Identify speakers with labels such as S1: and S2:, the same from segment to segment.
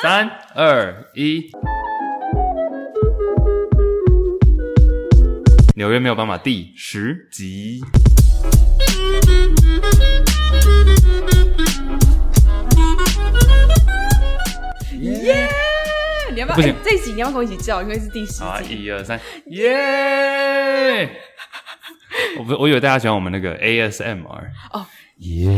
S1: 三二一。纽约没有办法第十集，
S2: 耶！你要不要？
S1: 不行
S2: 哎这一集你要不要跟我一起叫？因为是第十
S1: 好啊，
S2: 集。
S1: 一二三，耶！我不，我以为大家喜欢我们那个 ASMR
S2: 哦，
S1: 耶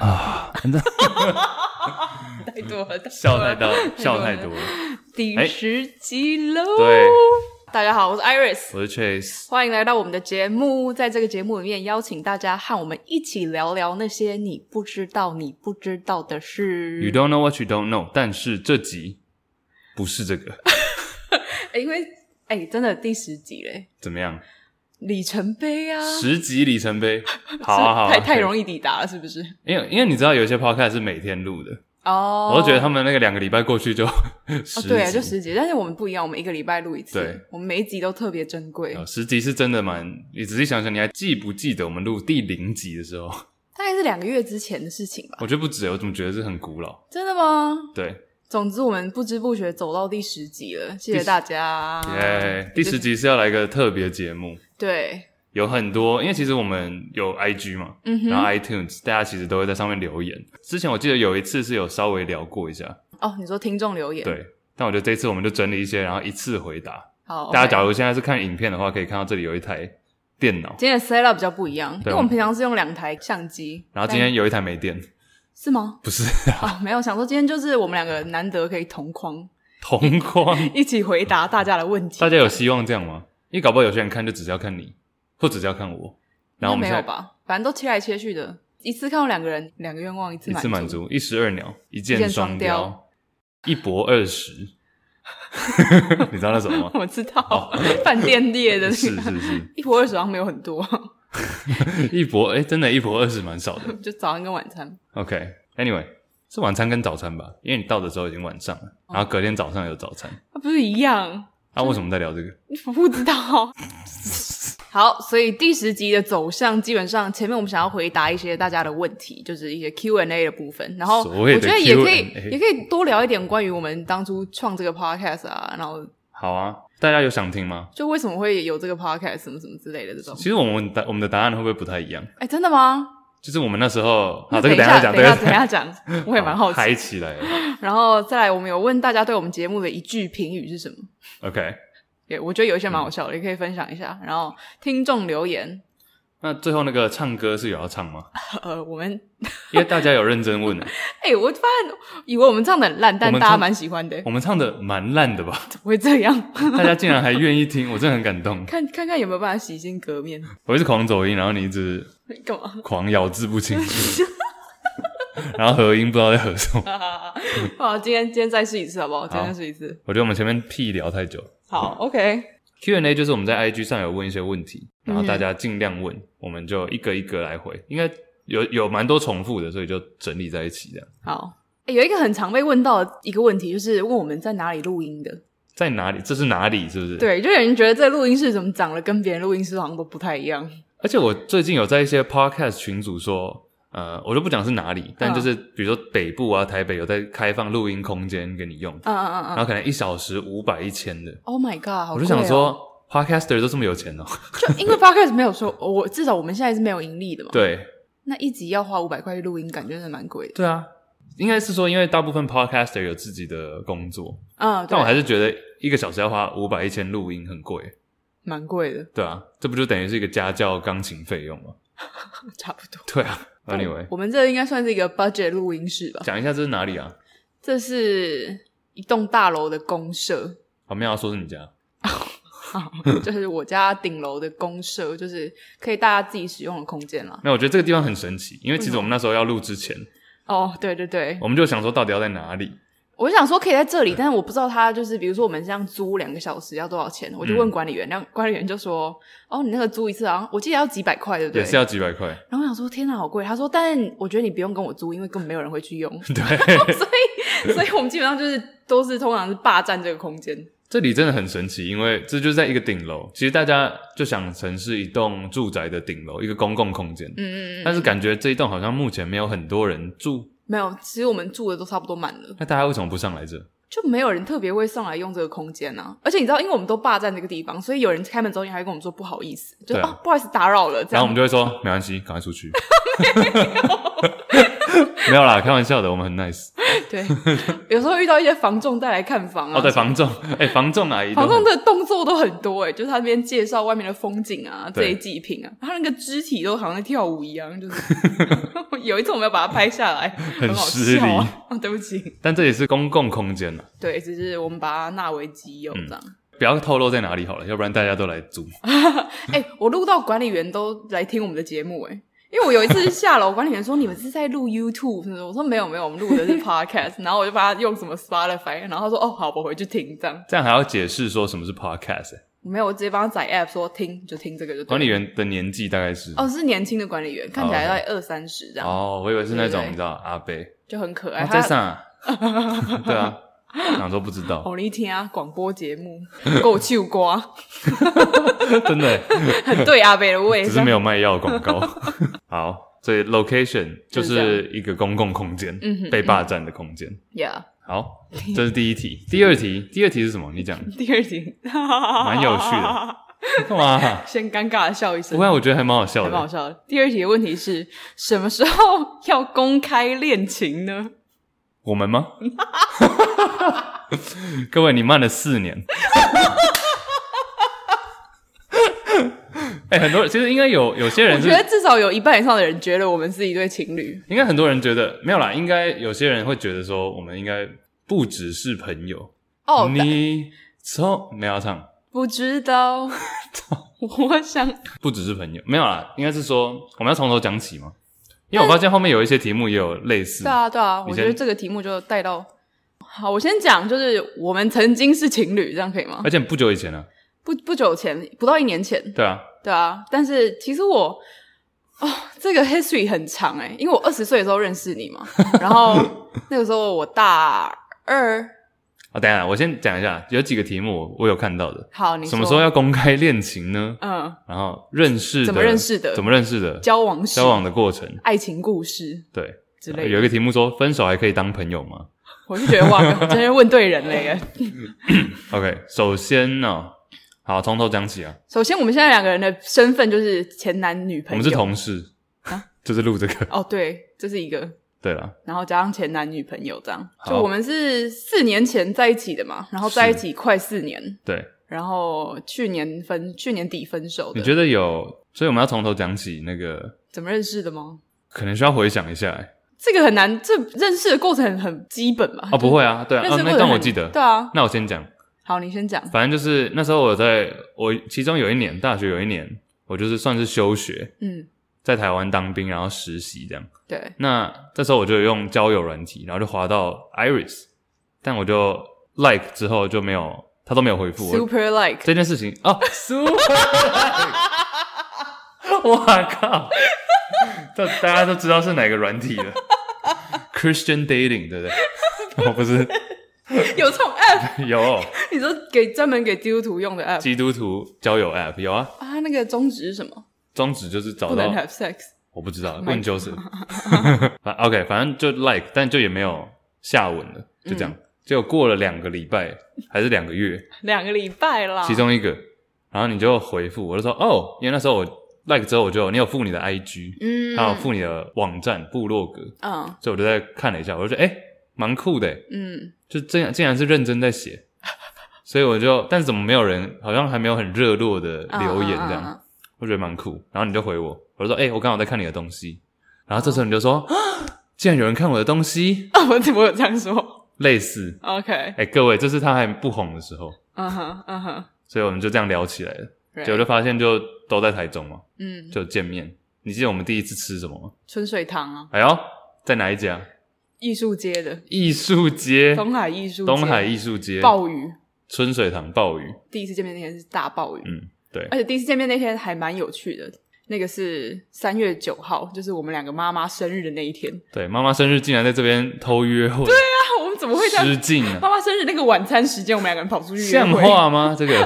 S1: 啊，真的
S2: 太多了，
S1: 嗯笑太多，笑
S2: 了
S1: 太多了。哎
S2: 第十集喽。
S1: 对，
S2: 大家好，我是 Iris，
S1: 我是 Chase，
S2: 欢迎来到我们的节目。在这个节目里面，邀请大家和我们一起聊聊那些你不知道、你不知道的事。
S1: ，You don't know what you don't know，但是这集不是这个，
S2: 哎因为哎，真的第十集嘞，
S1: 怎么样？
S2: 里程碑 啊，
S1: 十集里程 碑，好啊好啊，
S2: 太太
S1: 可以
S2: 容易抵达了，是不是？
S1: 因为因为你知道有一些 podcast 是每天录的，
S2: 哦，
S1: 我就觉得他们那个两个礼拜过去就 十
S2: 哦，
S1: 集，
S2: 对啊，就十集，但是我们不一样，我们一个礼拜录一次，
S1: 对，
S2: 我们每一集都特别珍贵
S1: 哦，十集是真的蛮。你仔细想想，你还记不记得我们录第零集的时候？
S2: 大概是两个月之前的事情吧。
S1: 我觉得不止，我怎么觉得是很古老？
S2: 真的吗？
S1: 对，
S2: 总之，我们不知不觉走到第十集了，谢
S1: 第
S2: 谢
S1: 十
S2: 大家。
S1: 耶、第十集是要来一个特别节目，
S2: 对，
S1: 有很多，因为其实我们有 IG 嘛，
S2: 嗯
S1: 然后
S2: 哼，
S1: iTunes，大家其实都会在上面留言。之前我记得有一次是有稍微聊过一下，
S2: 哦，你说听众留言，，
S1: 对。但我觉得这次我们就整理一些，然后一次回答。
S2: 好，
S1: 大家
S2: OK
S1: 假如现在是看影片的话，可以看到这里有一台电脑，
S2: 今天的 set up 比较不一样，因
S1: 对
S2: 为我们平常是用两台相机，
S1: 然后今
S2: 但
S1: 天有一台没电，
S2: 是吗？
S1: 不是
S2: 哦，没有，想说今天就是我们两个难得可以同框，
S1: 同框。
S2: 一起回答大家的问题。
S1: 大家有希望这样吗？因为搞不好有些人看就只是要看你，或只是要看我，然后我
S2: 应
S1: 们
S2: 该没
S1: 现在
S2: 有吧？反正都切来切去的，一次看到两个人，两个愿望，一次
S1: 一
S2: 满
S1: 次满足，一石二鸟，一箭
S2: 箭
S1: 双
S2: 双雕，
S1: 一博二十。 你知道那什么吗？哦
S2: 我知道，饭店业的那
S1: 是
S2: 个
S1: 是是，
S2: 一博二十好像没有很多，
S1: 一博哎、真的，一博二十蛮少的。
S2: 就早餐跟晚餐。
S1: OK，Anyway，、是晚餐跟早餐吧？因为你到的时候已经晚上了，
S2: 哦
S1: 然后隔天早上有早餐。
S2: 那啊不是一样？
S1: 那、为什么在聊这个？
S2: 我不知道。 好，所以第十集的走向，基本上前面我们想要回答一些大家的问题，就是一些 Q&A 的部分。然后
S1: 所谓的
S2: 我觉得也可以
S1: Q&A，
S2: 也可以多聊一点关于我们当初创这个 podcast 啊，然后
S1: 好啊，大家有想听吗？
S2: 就为什么会有这个 podcast 什么什么之类的这种
S1: 其。实我们答我们的答案会不会不太一样？
S2: 哎，真的吗？
S1: 就是我们那时候，好，
S2: 那
S1: 啊这个
S2: 等
S1: 下
S2: 一
S1: 讲，
S2: 等
S1: 这
S2: 一
S1: 个
S2: 下，等一下讲，我也 蛮好奇。
S1: 嗨起来了。
S2: 然后再来，我们有问大家对我们节目的一句评语是什么？
S1: OK，
S2: 对，我觉得有一
S1: 嗯
S2: 些蛮好笑的，也可以分享一下。然后听众留言，
S1: 那最后那个唱歌是有要唱吗？
S2: 呃，我们
S1: 因为大家有认真问、欸，
S2: 哎、我突然以为我们唱的很烂，但
S1: 我们
S2: 大家
S1: 唱
S2: 蛮喜欢的，
S1: 我们唱的蛮烂的吧？
S2: 怎么会这样？
S1: 大家竟然还愿意听，我真的很感动。
S2: 看看看有没有办法洗心革面？
S1: 我一直狂走音，然后你一直
S2: 干嘛？
S1: 狂咬字不清，然后合音不知道在合什么。
S2: 好，今天今天再试一次好不好？今天再试一次。
S1: 我觉得我们前面屁聊太久。
S2: 好，OK，
S1: Q&A 就是我们在 IG 上有问一些问题，然后
S2: 嗯哼
S1: 大家尽量问，我们就一个一个来回。应该有有蛮多重复的，所以就整理在一起这样。
S2: 好。哎有一个很常被问到的一个问题，就是问我们在哪里录音的。
S1: 在哪里？这是哪里？是不是？。
S2: 对，就有人觉得这录音室怎么长得跟别人录音室好像都不太一样。
S1: 而且我最近有在一些 podcast 群组说，呃，我就不讲是哪里，
S2: 嗯
S1: 但就是比如说北部啊、台北有在开放录音空间给你用，
S2: 嗯嗯嗯
S1: 然
S2: 嗯。
S1: 后可能一小时五百、一千的，
S2: Oh my god！好
S1: 我就想
S2: 贵哦
S1: 说。Podcaster 都这么有 钱哦、
S2: 就因为 podcast 没有说，我至少我们现在是没有盈利的 嘛。，
S1: 对
S2: 那一集要花五百块去录音，感觉真的蛮贵的。
S1: 对啊，应该是说，因为大部分 Podcaster 有自己的工作，
S2: 嗯，对
S1: 但我还是觉得一个小时要花五百、一千录音很贵，
S2: 蛮贵的，
S1: 对啊，这不就等于是一个家教钢琴费用吗？
S2: 差不多。
S1: 对啊，Anyway，
S2: 我们这应该算是一个 budget 录音室吧？
S1: 讲一下这是哪里啊？
S2: 这是一栋大楼的 公社，
S1: 我们要说是你家，
S2: 就是我家顶楼的公社，就是可以大家自己使用的空间啦。
S1: 没有，我觉得这个地方很神奇，因为其
S2: 为
S1: 实
S2: 什么
S1: 我们那时候要录之前，
S2: 哦，对对对，
S1: 我们就想说到底要在哪里？
S2: 我想说可以在这里，但是我不知道他就是，比如说我们这样租两个小时要多少钱，我就
S1: 嗯
S2: 问管理员，然后管理员就说：“哦，你那个租一次好像我记得要几百块，对不对
S1: 也是？”要几百块。
S2: 然后我想说：“天哪，好贵！”他说：“但我觉得你不用跟我租，因为根本没有人会去用。
S1: 对，
S2: 所以， 所以我们基本上就是都是通常是霸占这个空间。
S1: 这里真的很神奇，因为这就是在一个顶楼，其实大家就想成是一栋住宅的顶楼，一个公共空间。
S2: 嗯嗯嗯，
S1: 但是感觉这一栋好像目前没有很多人住，
S2: 没有，其实我们住的都差不多满了，
S1: 那大家为什么不上来这？
S2: 就没有人特别会上来用这个空间啊。而且你知道，因为我们都霸占这个地方，所以有人开门走进来还跟我们说不好意思，就
S1: 对啊
S2: 啊不好意思打扰了这
S1: 然后我
S2: 样。
S1: 们就会说没关系，赶快出去。 没有啦，开玩笑的，我们很 nice。
S2: 对， 有时候遇到一些房仲带来看房啊，
S1: 哦，对，房仲， 哎、房仲阿姨都
S2: 房
S1: 很，
S2: 仲的动作都很多哎、就是他那边介绍外面的风景啊，这
S1: 对
S2: 一季品啊，他那个肢体都好像在跳舞一样， 就是有一次我们要把它拍下来，很好
S1: 失礼
S2: 笑啊、对不起，
S1: 但这也是公共空间了，
S2: 对，只是我们把它纳为己有
S1: 嗯
S2: 这样。
S1: 不要透露在哪里好了，要不然大家都来租。
S2: 哎、我录到管理员都来听我们的节目哎、因为我有一次下楼，管理员说你们是在录 YouTube，是不是我说没有没有，我们录的 是 Podcast，然后我就把它用什么 Spotify，然后他说哦好，我回去听这样，
S1: 这样还要解释说什么是 podcast、欸。
S2: 没有，我直接帮他载 App 说听就听这个就对了
S1: 管理员的年纪大概是
S2: 哦，是年轻的管理员，看起来在二三十这样，
S1: 哦，我以为是那
S2: 对对
S1: 种
S2: 对
S1: 你知道阿伯，
S2: 就很可爱。
S1: 啊
S2: 他
S1: 在 上，对啊，想说不知道，
S2: 哦，你听啊，广播节目 够秋瓜，
S1: 真的欸，
S2: 很对阿北的 胃。
S1: 只是没
S2: 有，
S1: 有卖药广 告。好，所以 location 就
S2: 就是这
S1: 是一个公共空间
S2: 嗯哼，
S1: 被霸占的空间。
S2: yeah。
S1: 好，这是第一 题。第二题，第二题是什么？你讲
S2: 第二题
S1: 蛮
S2: 蛮
S1: 有趣的，干嘛？
S2: 先尴尬的笑一
S1: 不
S2: 声
S1: 会，。我觉得还蛮好笑
S2: 还蛮好
S1: 的。
S2: 笑的。第二题的问题是什么时候要公开恋情呢？
S1: 我们吗？ 各位，你慢了四年。 哎、很多人其实应该有有些
S2: 我
S1: 人
S2: 觉
S1: 是
S2: 得至少有一半以上的人觉得我们是一对情侣。
S1: 应该很多人觉得没有啦，应该有些人会觉得说，我们应该不只是朋友。
S2: 哦，
S1: 你从没有要唱，
S2: 不 知道，我想
S1: 不只是朋友，没有啦，应该是说我们要从头讲起吗？因为我发现后面有一些题目也有类似
S2: 对，啊，对啊，
S1: 你
S2: 我
S1: 先
S2: 觉得这个题目就带到。好，我先讲，就是我们曾经是情侣，这样可以吗？
S1: 而且不久以前啊呢、
S2: 不不久前，不到一年前，
S1: 对啊，
S2: 对啊。但是其实我，哦，这个 history 很长欸诶、因为我二十岁的时候认识你嘛，然 后那个时候我大二，
S1: 啊，等一下我先讲一下，有几个题目我我有看到的，
S2: 好，你
S1: 什么时候？要公开恋情呢？
S2: 嗯，
S1: 然后认识的
S2: 怎么认识的
S1: 怎么认识的，
S2: 交往史、
S1: 交往的过程，
S2: 爱情故事
S1: 对，
S2: 之类
S1: 有
S2: 的，
S1: 一个题目说分手还可以当朋友吗
S2: 我就觉得哇， 真是问对人了耶。
S1: ？OK，首先呢、好，从头讲起啊，
S2: 首先，我们现在两个人的身份就是前男女
S1: 我
S2: 朋友，
S1: 们是同事
S2: 啊，
S1: 就是录这个，
S2: 哦，对，这是一个。
S1: 对了，
S2: 然后加上前男女朋友这样，
S1: 好
S2: 就我们是四年前在一起的嘛，然后在一起快四年，
S1: 对，
S2: 然后去年分，去年底分手
S1: 你
S2: 的。
S1: 觉得有？所以我们要从头讲起，那个
S2: 怎么认识的吗？
S1: 可能需要回想一下、欸。
S2: 这个很难，这认识的过程很很基本嘛。
S1: 哦，不会啊，对啊，
S2: 认
S1: 哦
S2: 识、的过程很、
S1: 那段我记得。
S2: 对啊，
S1: 那我先讲，
S2: 好，你先讲。
S1: 反正就是那时候我在我其中有一年大学有一年，我就是算是休学，
S2: 嗯，
S1: 在台湾当兵，然后实习这样。
S2: 对，
S1: 那这时候我就用交友软体，然后就滑到 Iris，但我就 like 之后就没有，他都没有回复我。
S2: ，super like，
S1: 这件事情哦，super，我靠，这大家都知道是哪个软体了，Christian dating 对不对？ 哦我不是
S2: 有这种 app，
S1: 有
S2: 你说给专门给基督徒用的 app
S1: 基督徒交友 app 有啊，
S2: 啊？那个宗旨是什么？
S1: 宗旨就是找
S2: 不能
S1: 到
S2: have sex。
S1: 我不知道
S2: My
S1: 问 Joseph，反 OK 反正就 like，但就也没有下文了，就这样。结果过了两个礼拜还是两个月，
S2: 两个礼拜啦，
S1: 其中一个，然后你就回复，我就说哦，因为那时候我 like 之后，我就你有附你的 IG，
S2: 嗯，
S1: 还有附你的网站部落格，
S2: 嗯
S1: 所以我就在看了一下，我就觉得哎，诶蛮、酷的，诶
S2: 嗯，
S1: 就这样竟然是认真在写，所以我就，但是怎么没有人，好像还没有很热络的
S2: 嗯
S1: 留言这样，
S2: 嗯嗯嗯
S1: 我觉得蛮酷。然后你就回我，我就说哎、诶我刚好在看你的东西，然后这时候你就说，
S2: 嗯
S1: 啊竟然有人看我的东西，
S2: 啊，我怎么有这样说
S1: 类似，
S2: ？OK，
S1: 哎、各位，这是他还不红的时候，
S2: 嗯哼嗯哼，
S1: 所以我们就这样聊起来了，
S2: Right
S1: 结果就发现就都在台中嘛。
S2: 嗯，
S1: 就见面。你记得我们第一次吃什么吗？
S2: 春水堂啊，
S1: 哎呦，在哪一家？
S2: 艺术街的
S1: 艺术街，
S2: 东海艺术街
S1: 哎东海艺术街，
S2: 暴雨，
S1: 春水堂暴雨，
S2: 第一次见面那天是大暴雨，
S1: 嗯，对，
S2: 而且第一次见面那天还蛮有趣的。那个是三月九号，就是我们两个妈妈生日的那一天。
S1: 对，妈妈生日竟然在这边偷约会，对啊，
S2: 啊，我们怎么会这样？
S1: 失敬啊，
S2: 妈妈生日那个晚餐时间，我们两个人跑出去约
S1: 像
S2: 会。
S1: 话吗？这个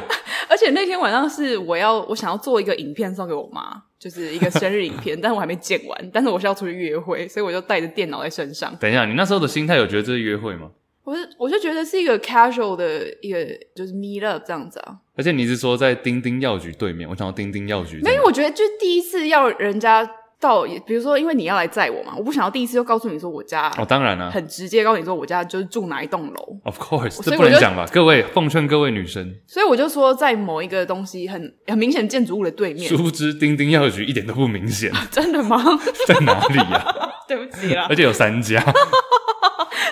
S2: 而且那天晚上是我要我想要做一个影片送给我妈，就是一个生日影片，但我还没剪完，但是我是要出去约会，所以我就带着电脑在身上。
S1: 等一下，你那时候的心态有觉得这是约会吗？
S2: 我是我就觉得是一个 casual 的一个就是 meet up 这样子啊，
S1: 而且你是说在丁丁药局对面，我想到丁丁药局在哪，
S2: 没有，我觉得就是第一次要人家到，比如说因为你要来载我嘛，我不想要第一次就告诉你说我家，
S1: 哦，当然啦、
S2: 很直接告诉你说我家就是住哪一栋楼，
S1: o f course，
S2: 所
S1: 这
S2: 以我
S1: 不能
S2: 就
S1: 讲吧？各位，奉劝各位女生，
S2: 所以我就说在某一个东西很很明显建筑物的对 面
S1: 殊，不知丁丁药局一点都不明显，
S2: 真的吗？
S1: 在哪里呀、
S2: 对不起啦
S1: 而，且有三家，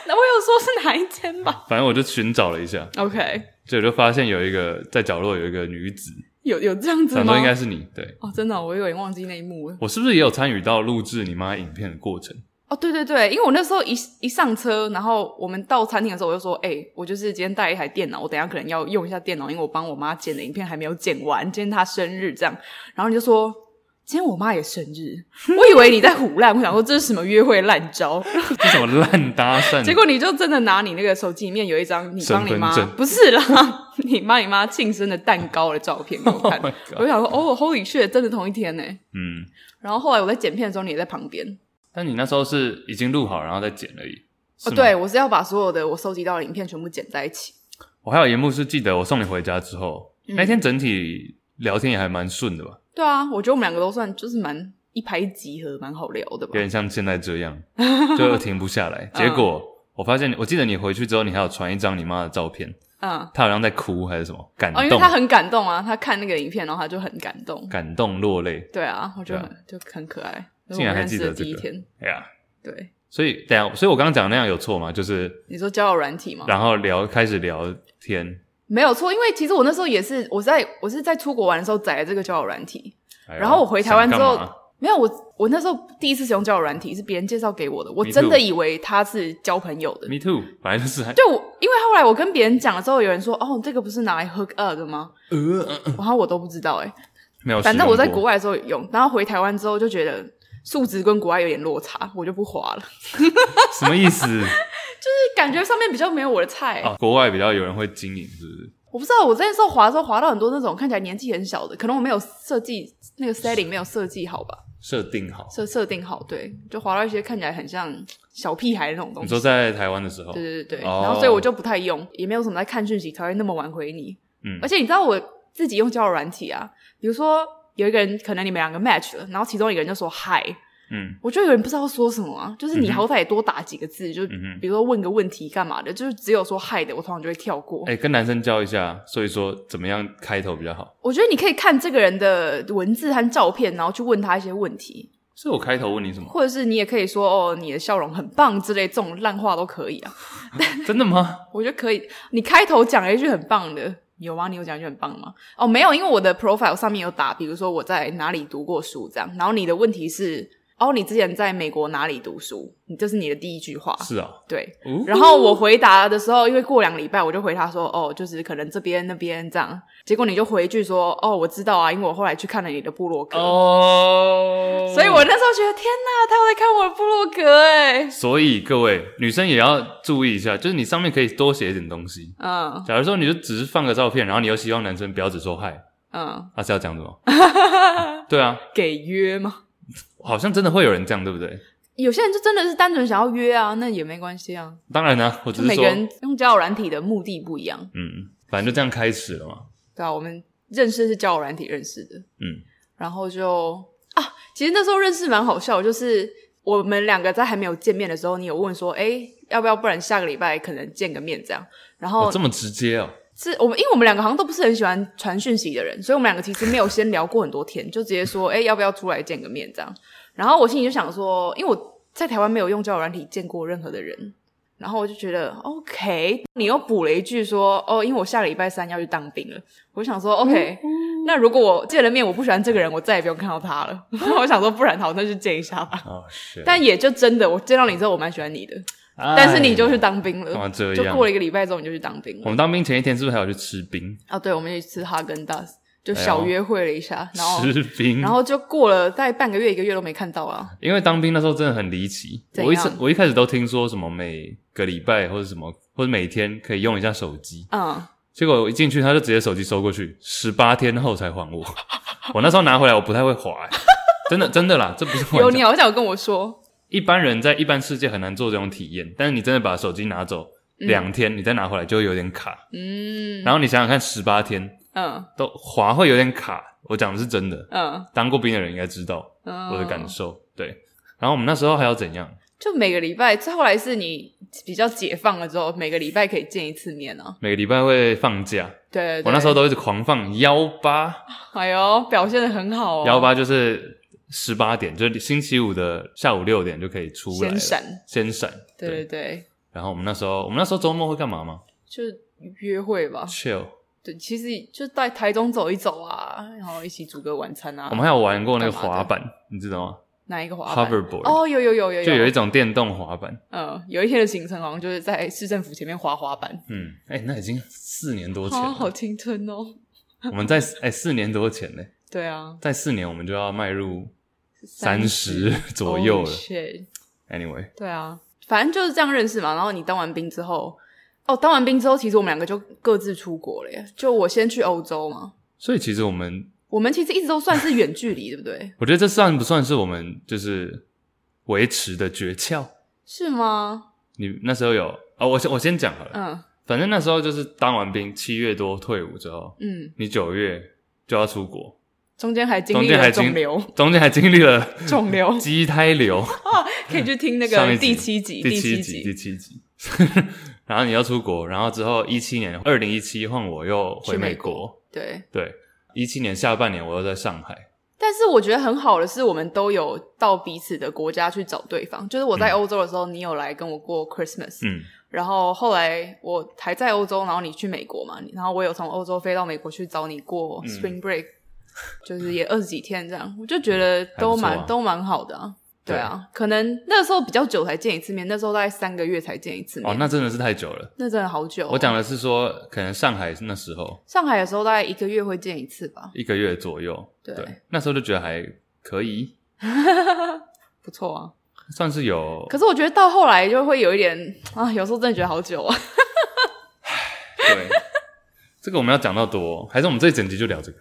S2: 那我有说是哪一间吧
S1: 反正我就寻找了一下，
S2: ？OK，
S1: 结果就发现有一个在角落有一个女子，
S2: 有有这样子
S1: 想
S2: 吗？
S1: 说应该是你，对
S2: 哦，真的哦、我有点忘记那一幕了。
S1: 我是不是也有参与到录制你妈影片的过程？
S2: 哦，对对对，因为我那时候一一上车，然后我们到餐厅的时候，我就说，哎、我就是今天带一台电脑，我等一下可能要用一下电脑，因为我帮我妈剪的影片还没有剪完，今天她生日这样。然后你就说，今天我妈也生日， 我以为你在胡乱，我想说这是什么约会烂 招，
S1: 这什么烂搭讪？啊
S2: 结果你就真的拿你那个手机里面有一张你帮你妈
S1: 身份证
S2: 不是啦， 你帮你妈庆生的蛋糕的照片给我看
S1: Oh my，God
S2: 我就想说，哦，Holy shit，真的同一天呢。
S1: 嗯，
S2: 然后后来我在剪片的时候，你也在旁边。
S1: 但你那时候是已经录好，然后再剪而已。是
S2: 哦，
S1: 吗
S2: 对，，我是要把所有的我收集到的影片全部剪在一起。
S1: 我还有一幕是记得我送你回家之后，
S2: 嗯
S1: 那天整体聊天也还蛮顺的吧，
S2: 对啊，我觉得我们两个都算就是蛮一拍即合，蛮好聊的吧
S1: 有。点像现在这样，就停不下
S2: 嗯
S1: 来。结果我发现你，我记得你回去之后，你还有传一张你妈的照片，
S2: 嗯，
S1: 她好像在哭还是什么，感
S2: 哦，因为
S1: 动，
S2: 他很感动啊，他看那个影片，然后他就很感动。
S1: 感动落泪。
S2: 对啊，我觉得
S1: 对
S2: 很、就很可爱。那是
S1: 竟
S2: 我
S1: 然
S2: 们
S1: 还
S2: 认识
S1: 记得
S2: 的第一
S1: 这个
S2: 天，
S1: 哎呀，
S2: 对，
S1: 所以等一下，所以我刚刚讲的那样有错吗？就是
S2: 你说交友软体吗？
S1: 然后聊开始聊天，
S2: 没有错，因为其实我那时候也是，我在我是在出国玩的时候载了这个交友软体，
S1: 哎呦
S2: 然后我回台湾之
S1: 想干
S2: 后
S1: 嘛，
S2: 没有我我那时候第一次使用交友软体是别人介绍给我的，我
S1: Me
S2: 真的
S1: too
S2: 以为它是交朋友的。
S1: ，me too，本来就是还
S2: 就我，因为后来我跟别人讲了之后，有人说：“哦，这个不是拿来 hook up 的吗
S1: 呃，？”
S2: 然后我都不知道哎、欸
S1: 没有使用过，
S2: 反正我在国外 的时候有用，然后回台湾之后就觉得数值跟国外有点落差，我就不滑 了，
S1: 什么意思？
S2: 就是感觉上面比较没有我的菜欸、
S1: 哦，国外比较有人会经营，是不是？
S2: 我不知道，我那时候滑的时候滑到很多那种看起来年纪很小的，可能我没有设计那个 setting 没有设计好吧。
S1: 设定好。
S2: 设设定好，对，就滑到一些看起来很像小屁孩那种东
S1: 你
S2: 西。
S1: 说在台湾的时候，
S2: 对对对对，
S1: 哦
S2: 然后所以我就不太用，也没有什么在看讯息才会那么晚回你。
S1: 嗯
S2: 而且你知道我自己用交友软体啊，比如说有一个人可能你们两个 match 了，然后其中一个人就说嗨，
S1: 嗯，
S2: 我就有人不知道说什么啊，就是你
S1: 嗯哼
S2: 好歹也多打几个字，就
S1: 嗯哼
S2: 比如说问个问题干嘛的，就是只有说嗨的，我通常就会跳过。
S1: 哎、跟男生教一下，所以说怎么样开头比较好？
S2: 我觉得你可以看这个人的文字和照片，然后去问他一些问题，
S1: 是我开头问你什 么？
S2: 或者是你也可以说哦你的笑容很棒之类这种烂话都可以啊。
S1: 真的 吗？
S2: 我觉得可以。你开头讲了一句很棒的，有吗？你有讲一句很棒的吗？哦，没有，因为我的 profile 上面有打，比如说我在哪里读过书这样。然后你的问题是，哦，你之前在美国哪里读书？你这是你的第一句话，
S1: 是啊，
S2: 对。
S1: 哦
S2: 然后我回答的时候，因为过两个礼拜我就回他说，哦，就是可能这边那边这样。结果你就回一句说，哦，我知道啊，因为我后来去看了你的部落格。
S1: 哦，
S2: 所以，我那时候觉得天哪，他有在看我的部落格哎，
S1: 所以各位女生也要注意一下，就是你上面可以多写一点东西。
S2: 嗯
S1: 假如说你就只是放个照片，然后你又希望男生不要只说嗨，
S2: 嗯，
S1: 那、是要讲什 么？对啊，
S2: 给约吗？
S1: 好像真的会有人这样，对不对？
S2: 有些人就真的是单纯想要约啊，那也没关系啊。
S1: 当然呢、我只
S2: 就
S1: 是
S2: 每个
S1: 说，
S2: 人用交友软体的目的不一样，
S1: 嗯，反正就这样开始了嘛。
S2: 对啊，我们认识是交友软体认识的，
S1: 嗯，
S2: 然后就啊，其实那时候认识蛮好笑的，就是我们两个在还没有见面的时候，你有问说，哎、要不要不然下个礼拜可能见个面这样，然后
S1: 哦，这么直接哦，
S2: 是我们，因为我们两个好像都不是很喜欢传讯息的人，所以我们两个其实没有先聊过很多天，就直接说，哎、要不要出来见个面这样。然后我心里就想说，因为我在台湾没有用交友软体见过任何的人，然后我就觉得 OK，你又补了一句说，哦，因为我下个礼拜三要去当兵了，我想说 OK，、那
S1: 哦
S2: 如果我见了面我不喜欢这个人，我再也不用看到他了。 然后我想说，不然好，那就见一下吧。
S1: 哦，是。
S2: 但也就真的，我见到你之后，我蛮喜欢你的。但是你就去当兵
S1: 哎干嘛
S2: 了，
S1: 这
S2: 就
S1: 样？
S2: 过了一个礼拜之后你就去当兵
S1: 我
S2: 了。
S1: 们当兵前一天是不是还有去吃冰？
S2: 啊，对，我们也去吃哈根达斯，就
S1: 哎呦
S2: 小约会了一下， 然后
S1: 吃冰，
S2: 然后就过了大概半个月一个月都没看到了。
S1: 因为当兵那时候真的很离奇，
S2: 怎样
S1: 我一直我一开始都听说什么每个礼拜或者什么或者每天可以用一下手机，
S2: 嗯，
S1: 结果我一进去他就直接手机收过去，十八天后才还我。 我那时候拿回来我不太会滑、欸真的真的啦，这不是
S2: 有
S1: 玩
S2: 你
S1: 笑。
S2: 好像有跟我说，
S1: 一般人在一般世界很难做这种体验，但是你真的把手机拿走
S2: 嗯
S1: 两天，你再拿回来就会有点卡。
S2: 嗯
S1: 然后你想想看，十八天
S2: 嗯
S1: 都滑会有点卡，我讲的是真的。
S2: 嗯
S1: 当过兵的人应该知道
S2: 嗯，
S1: 我的感受。对，然后我们那时候还要怎样？
S2: 就每个礼拜，这后来是你比较解放了之后，每个礼拜可以见一次面啊。
S1: 每个礼拜会放假，
S2: 对，对
S1: 我那时候都一直狂放幺八
S2: 哎呦，表现的很好哦，
S1: 幺八，就是十八点，就是星期五的下午六点就可以出来了
S2: 先闪，
S1: 先闪。
S2: 对对对，
S1: 然后我们那时候，我们那时候周末会干嘛吗
S2: 就约会吧。
S1: ？Chill，
S2: 对，其实就在台中走一走啊，然后一起煮个晚餐啊。
S1: 我们还有玩过那个
S2: 干嘛的
S1: 滑板，你知道吗
S2: 哪一个滑板？
S1: ？Hoverboard，
S2: 哦，有有有有
S1: 就有一种电动滑板。
S2: 嗯，有一天的行程好像就是在市政府前面滑滑板，
S1: 嗯，哎、那已经四年多前
S2: 啊，
S1: 了。
S2: 好青春哦。
S1: 我们在哎、四年多前呢，
S2: 对啊，
S1: 在四年我们就要迈入三
S2: 30
S1: 十左右
S2: Holy
S1: 了。
S2: Oh, shit
S1: Anyway，
S2: 对啊，反正就是这样认识嘛。然后你当完兵之后，哦，当完兵之后，其实我们两个就各自出国了耶。就我先去欧洲嘛，
S1: 所以其实我们，
S2: 我们其实一直都算是远距离，对不对？
S1: 我觉得这算不算是我们就是维持的诀窍？
S2: 是吗？
S1: 你那时候有哦，我先我先讲好了。
S2: 嗯
S1: 反正那时候就是当完兵，七月多退伍之后，
S2: 嗯，
S1: 你九月就要出国，
S2: 中间还经
S1: 中
S2: 历
S1: 间还
S2: 了
S1: 经
S2: 肿瘤，
S1: 中间还经历 了
S2: 肿瘤
S1: 畸胎瘤，
S2: 可以去听那
S1: 上
S2: 个
S1: 一集
S2: 第七集，
S1: 第
S2: 七
S1: 集，第七集。 然后你要出国，然后之后一七年，二零一七换我又回
S2: 去美
S1: 美国，
S2: 对。
S1: 对，一七年下半年我又在上海，
S2: 但是我觉得很好的是，我们都有到彼此的国家去找对方。就是我在
S1: 嗯
S2: 欧洲的时候，你有来跟我过 Christmas，、
S1: 嗯，
S2: 然后后来我还在欧洲，然后你去美国嘛，然后我有从欧洲飞到美国去找你过
S1: 嗯
S2: Spring Break，、就是也二十几天这样，我就觉得都
S1: 还
S2: 蛮、
S1: 不错啊
S2: 都蛮好的啊。对啊，可能那时候比较久才见一次面，那时候大概三个月才见一次面，
S1: 哦，那真的是太久了。
S2: 那真的好久哦、
S1: 我讲的是说，可能上海那时候
S2: 上海的时候大概一个月会见一次吧，
S1: 一个月左右，
S2: 对
S1: 那时候就觉得还可以，
S2: 不错啊。
S1: 哦算是有
S2: 可是我觉得到后来就会有一点啊，有时候真的觉得好久啊。
S1: 对。这个我们要讲到多，还是我们这一整集就聊这个？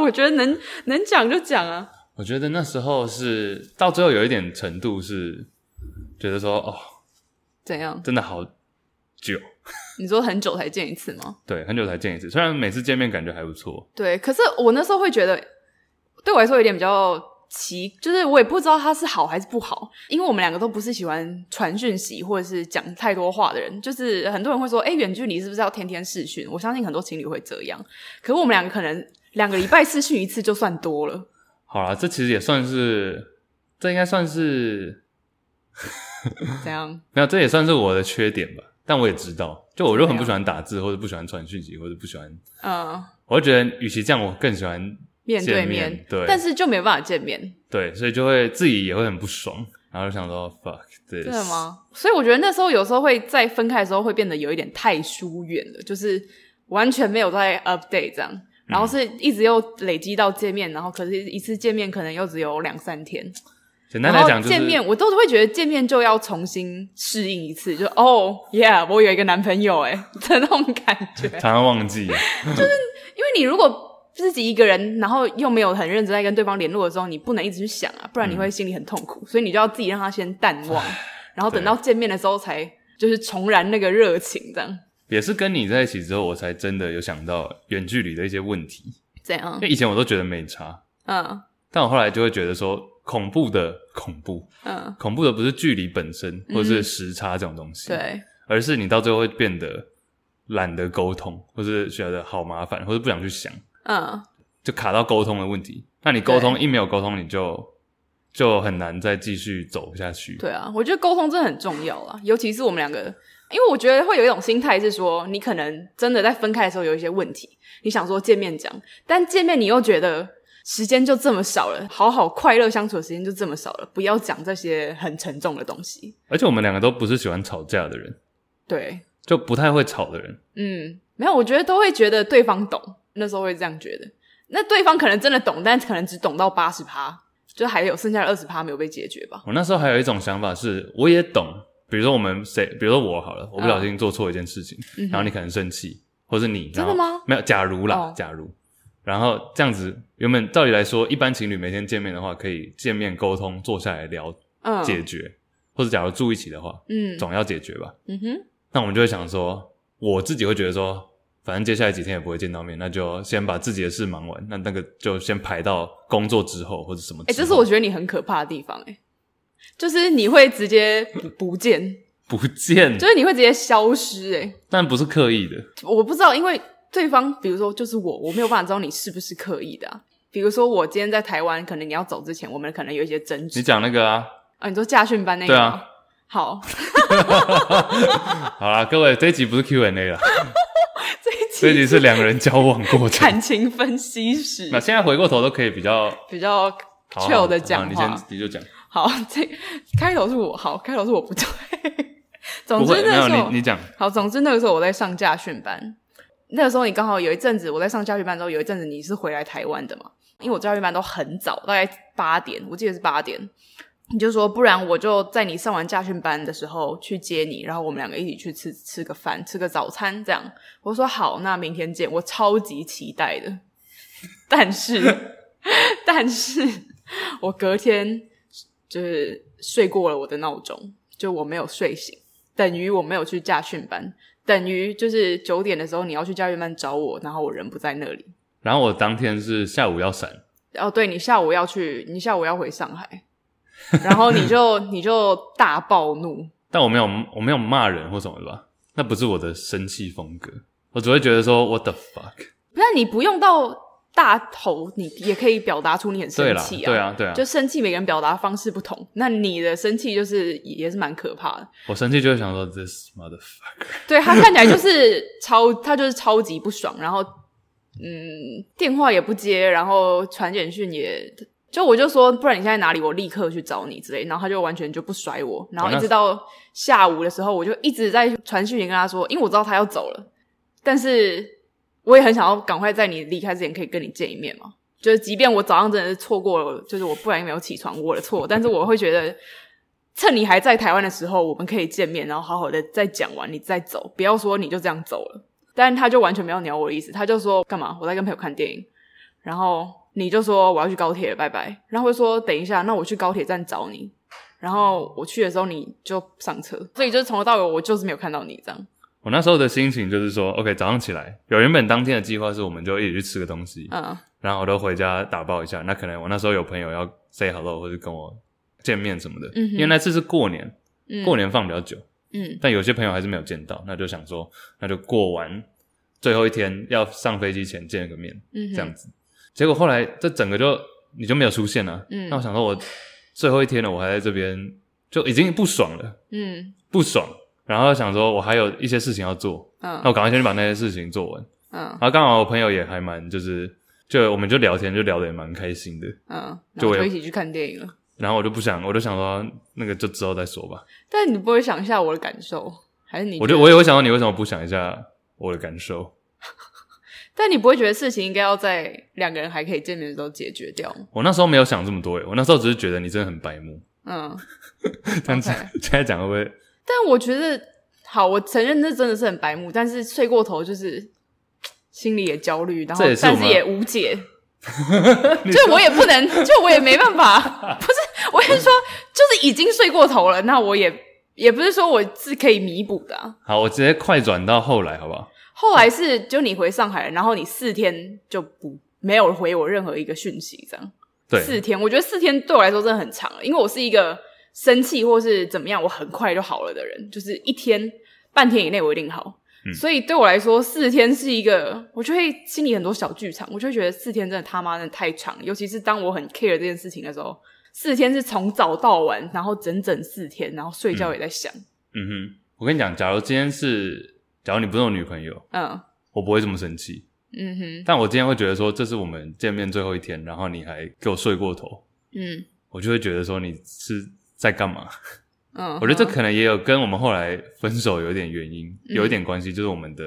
S2: 我觉得能能讲就讲啊，
S1: 我觉得那时候是到最后有一点程度是觉得说，哦，
S2: 怎样？
S1: 真的好久，
S2: 你说很久才见一次吗？
S1: 对，很久才见一次。虽然每次见面感觉还不错，
S2: 对，可是我那时候会觉得，对我来说有点比较奇，就是我也不知道他是好还是不好，因为我们两个都不是喜欢传讯息或者是讲太多话的人。就是很多人会说，哎，远距离是不是要天天视讯？我相信很多情侣会这样，可是我们两个可能两个礼拜视讯一次就算多了。
S1: 好啦，这其实也算是，这应该算是
S2: 怎样？
S1: 没有，这也算是我的缺点吧。但我也知道，就我就很不喜欢打字，或者不喜欢传讯息，或者不喜欢，
S2: 嗯，
S1: 我就觉得与其这样，我更喜欢
S2: 面对
S1: 见面对
S2: 但是就没办法见面，
S1: 对，所以就会自己也会很不爽，然后就想说 fuck this，
S2: 真的？吗？所以我觉得那时候有时候会在分开的时候会变得有一点太疏远了，就是完全没有在 update 这样，然
S1: 嗯
S2: 后是一直又累积到见面，然后可是一次见面可能又只有两三天，
S1: 简单
S2: 然
S1: 来
S2: 后
S1: 讲就是
S2: 见面我都会觉得见面就要重新适应一次，就哦 yeah，我有一个男朋友哎、 的那种感觉，
S1: 常常忘记，
S2: 因为你如果。自己一个人，然后又没有很认真在跟对方联络的时候，你不能一直去想啊，不然你会心里很痛苦。所以你就要自己让他先淡忘，然后等到见面的时候才就是重燃那个热情，这样
S1: 也是跟你在一起之后，我才真的有想到远距离的一些问题。
S2: 怎样
S1: 因？为以前我都觉得没差，
S2: 嗯
S1: 但我后来就会觉得说，恐怖的恐怖，
S2: 嗯，
S1: 恐怖的不是距离本身或者是时差这种东西，，
S2: 对，
S1: 而是你到最后会变得懒得沟通，或是觉得好麻烦，或是不想去想，
S2: 嗯
S1: 就卡到沟通的问题。那你沟通一没有沟通，你就就很难再继续走下去。
S2: 对啊，我觉得沟通真的很重要啊，尤其是我们两个，因为我觉得会有一种心态是说，你可能真的在分开的时候有一些问题，你想说见面讲，但见面你又觉得时间就这么少了，好好快乐相处的时间就这么少了，不要讲这些很沉重的东西。
S1: 而且我们两个都不是喜欢吵架的人，
S2: 对，
S1: 就不太会吵的人。
S2: 嗯，没有，我觉得都会觉得对方懂，那时候会这样觉得。那对方可能真的懂，但可能只懂到八十趴，就还有剩下的二十趴没有被解决吧。
S1: 我那时候还有一种想法是，我也懂，比如说我们谁，比如说我好了，我不小心做错一件事情，
S2: 嗯哼
S1: 然后你可能生气，或是你
S2: 真的？
S1: 然
S2: 吗
S1: 后没有，假如啦，
S2: 哦
S1: 假如，然后这样子，原本照理来说，一般情侣每天见面的话，可以见面沟通，坐下来聊
S2: 嗯，
S1: 解决，或者假如住一起的话，
S2: 嗯
S1: 总要解决吧。
S2: 嗯哼，
S1: 那我们就会想说，我自己会觉得说，反正接下来几天也不会见到面，那就先把自己的事忙完，那那个就先排到工作之后或者什么之后。
S2: 哎、这是我觉得你很可怕的地方、欸，哎，就是你会直接不不见，
S1: 嗯不见
S2: 就，是你会直接消失、欸，哎，
S1: 但不是刻意的。
S2: 我不知道，因为对方，比如说就是我，我没有办法知道你是不是刻意的啊、比如说我今天在台湾，可能你要走之前，我们可能有一些争
S1: 你
S2: 执
S1: 讲那个啊，
S2: 啊。你说驾训班那个
S1: 对啊
S2: 吗， 好，
S1: 好啦，各位，这一集不是 Q&A 啦，
S2: 这一
S1: 这一
S2: 期
S1: 集是两人交往过程。
S2: 感情分析史
S1: 那现在回过头都可以比较
S2: 比较
S1: 好好
S2: chill 的
S1: 好
S2: 讲
S1: 你
S2: 话。
S1: 先你就讲，
S2: 好，这开头是我好，开头是我不对。总
S1: 不
S2: 之
S1: 会没
S2: 那个时
S1: 有
S2: 候
S1: 你你讲，
S2: 好，总之那个时候我在上驾训班，那个时候你刚好有一阵子我在上驾训班之后，有一阵子你是回来台湾的嘛？因为我驾训班都很早，大概八点，我记得是八点。你就说，不然我就在你上完驾训班的时候去接你，然后我们两个一起去吃吃个饭，吃个早餐这样。我说好，那明天见。我超级期待的， 但是， 但是我隔天就是睡过了我的闹钟，就我没有睡醒，等于我没有去驾训班，等于就是九点的时候你要去驾训班找我，然后我人不在那里。
S1: 然后我当天是下午要闪，
S2: 哦，对你下午要去，你下午要回 上海，然后你就你就大暴怒，
S1: 但我没有我没有骂人或什么的吧，那不是我的生气风格，我只会觉得说 What the fuck，
S2: 那你不用到大吼，你也可以表达出你很
S1: 对
S2: 生
S1: 啦，
S2: 气
S1: 对啊对啊，
S2: 就生气，每个人表达方式不同。那你的生气就是也也是蛮可怕的，
S1: 我生气就会想说 This motherfucker，
S2: 对他看起来就是超，他就是超级不爽，然后嗯，电话也不接，然后传简讯也，就我就说，不然你现在哪里，我立刻去找你之类，然后他就完全就不甩我，然后一直到下午的时候，我就一直在传讯息跟他说，因为我知道他要走了，但是我也很想要赶快在你离开之前可以跟你见一面嘛，就是即便我早上真的是错过了，就是我不然没有起床，我的错，但是我会觉得。趁你还在台湾的时候，我们可以见面，然后好好的再讲完，你再走，不要说你就这样走了。但他就完全没有鸟我的意思，他就说干嘛？我在跟朋友看电影，然后你就说我要去高铁了，拜拜。然后会说等一下，那我去高铁站找你。然后我去的时候你就上车，所以就是从头到尾我就是没有看到你这样。
S1: 我那时候的心情就是说 OK，早上起来有原本当天的计划是我们就一起去吃个东西，
S2: 嗯
S1: 然后我都回家打包一下。那可能我那时候有朋友要 say hello 或者跟我见面什么的，
S2: 嗯哼
S1: 因为那次是过年，
S2: 嗯，
S1: 过年放比较久，
S2: 嗯
S1: 但有些朋友还是没有见到，那就想说，那就过完最后一天要上飞机前见个面，
S2: 嗯哼
S1: 这样子。结果后来这整个就你就没有出现了、啊
S2: 嗯
S1: 那我想说，我最后一天了，我还在这边，就已经不爽了，
S2: 嗯
S1: 不爽。然后想说，我还有一些事情要做，
S2: 嗯
S1: 那我赶快先去把那些事情做完。
S2: 嗯
S1: 然后刚好我朋友也还蛮就是，就我们就聊天，就聊得也蛮开心的。
S2: 嗯，然
S1: 就
S2: 后
S1: 我也
S2: 就一起去看电影了。
S1: 然后我就不想，我就想说那个就之后再说吧。
S2: 但你不会想一下我的感受，还是你？
S1: 我就我也会想到你为什么不想一下我的感受？
S2: 但你不会觉得事情应该要在两个人还可以见面的时候解决掉吗？
S1: 我那时候没有想这么多耶，我那时候只是觉得你真的很白目。
S2: 嗯，
S1: 这样子
S2: OK
S1: 现在讲会不会？
S2: 但我觉得，好，我承认这真的是很白目，但是睡过头就是心里也焦虑，然后
S1: 这也是我
S2: 但
S1: 们
S2: 是也 无解，就我也不能，就我也没办法， 不是，我是说，就是已经睡过头了，那我也也不是说我是可以弥补的啊、
S1: 好，我直接快转到后来好不好？
S2: 后来是就你回上海，然后你四天就不没有回我任何一个讯息，这样四
S1: 对，
S2: 天，我觉得四天对我来说真的很长了，因为我是一个生气或是怎么样，我很快就好了的人，就是一天、半天以内我一定好。
S1: 嗯
S2: 所以对我来说，四天是一个，我就会心里很多小剧场，我就会觉得四天真的他妈的太长，尤其是当我很 care 这件事情的时候，四天是从早到晚，然后整整四天，然后睡
S1: 嗯
S2: 觉也在想，
S1: 嗯哼，我跟你讲，假如今天是，假如你不是我女朋友，
S2: 嗯
S1: 我不会这么生气，
S2: 嗯哼，
S1: 但我今天会觉得说，这是我们见面最后一天，然后你还给我睡过头，
S2: 嗯
S1: 我就会觉得说你是在干嘛？
S2: 嗯，
S1: 我觉得这可能也有跟我们后来分手有一点原因，
S2: 嗯
S1: 有一点关系，就是我们的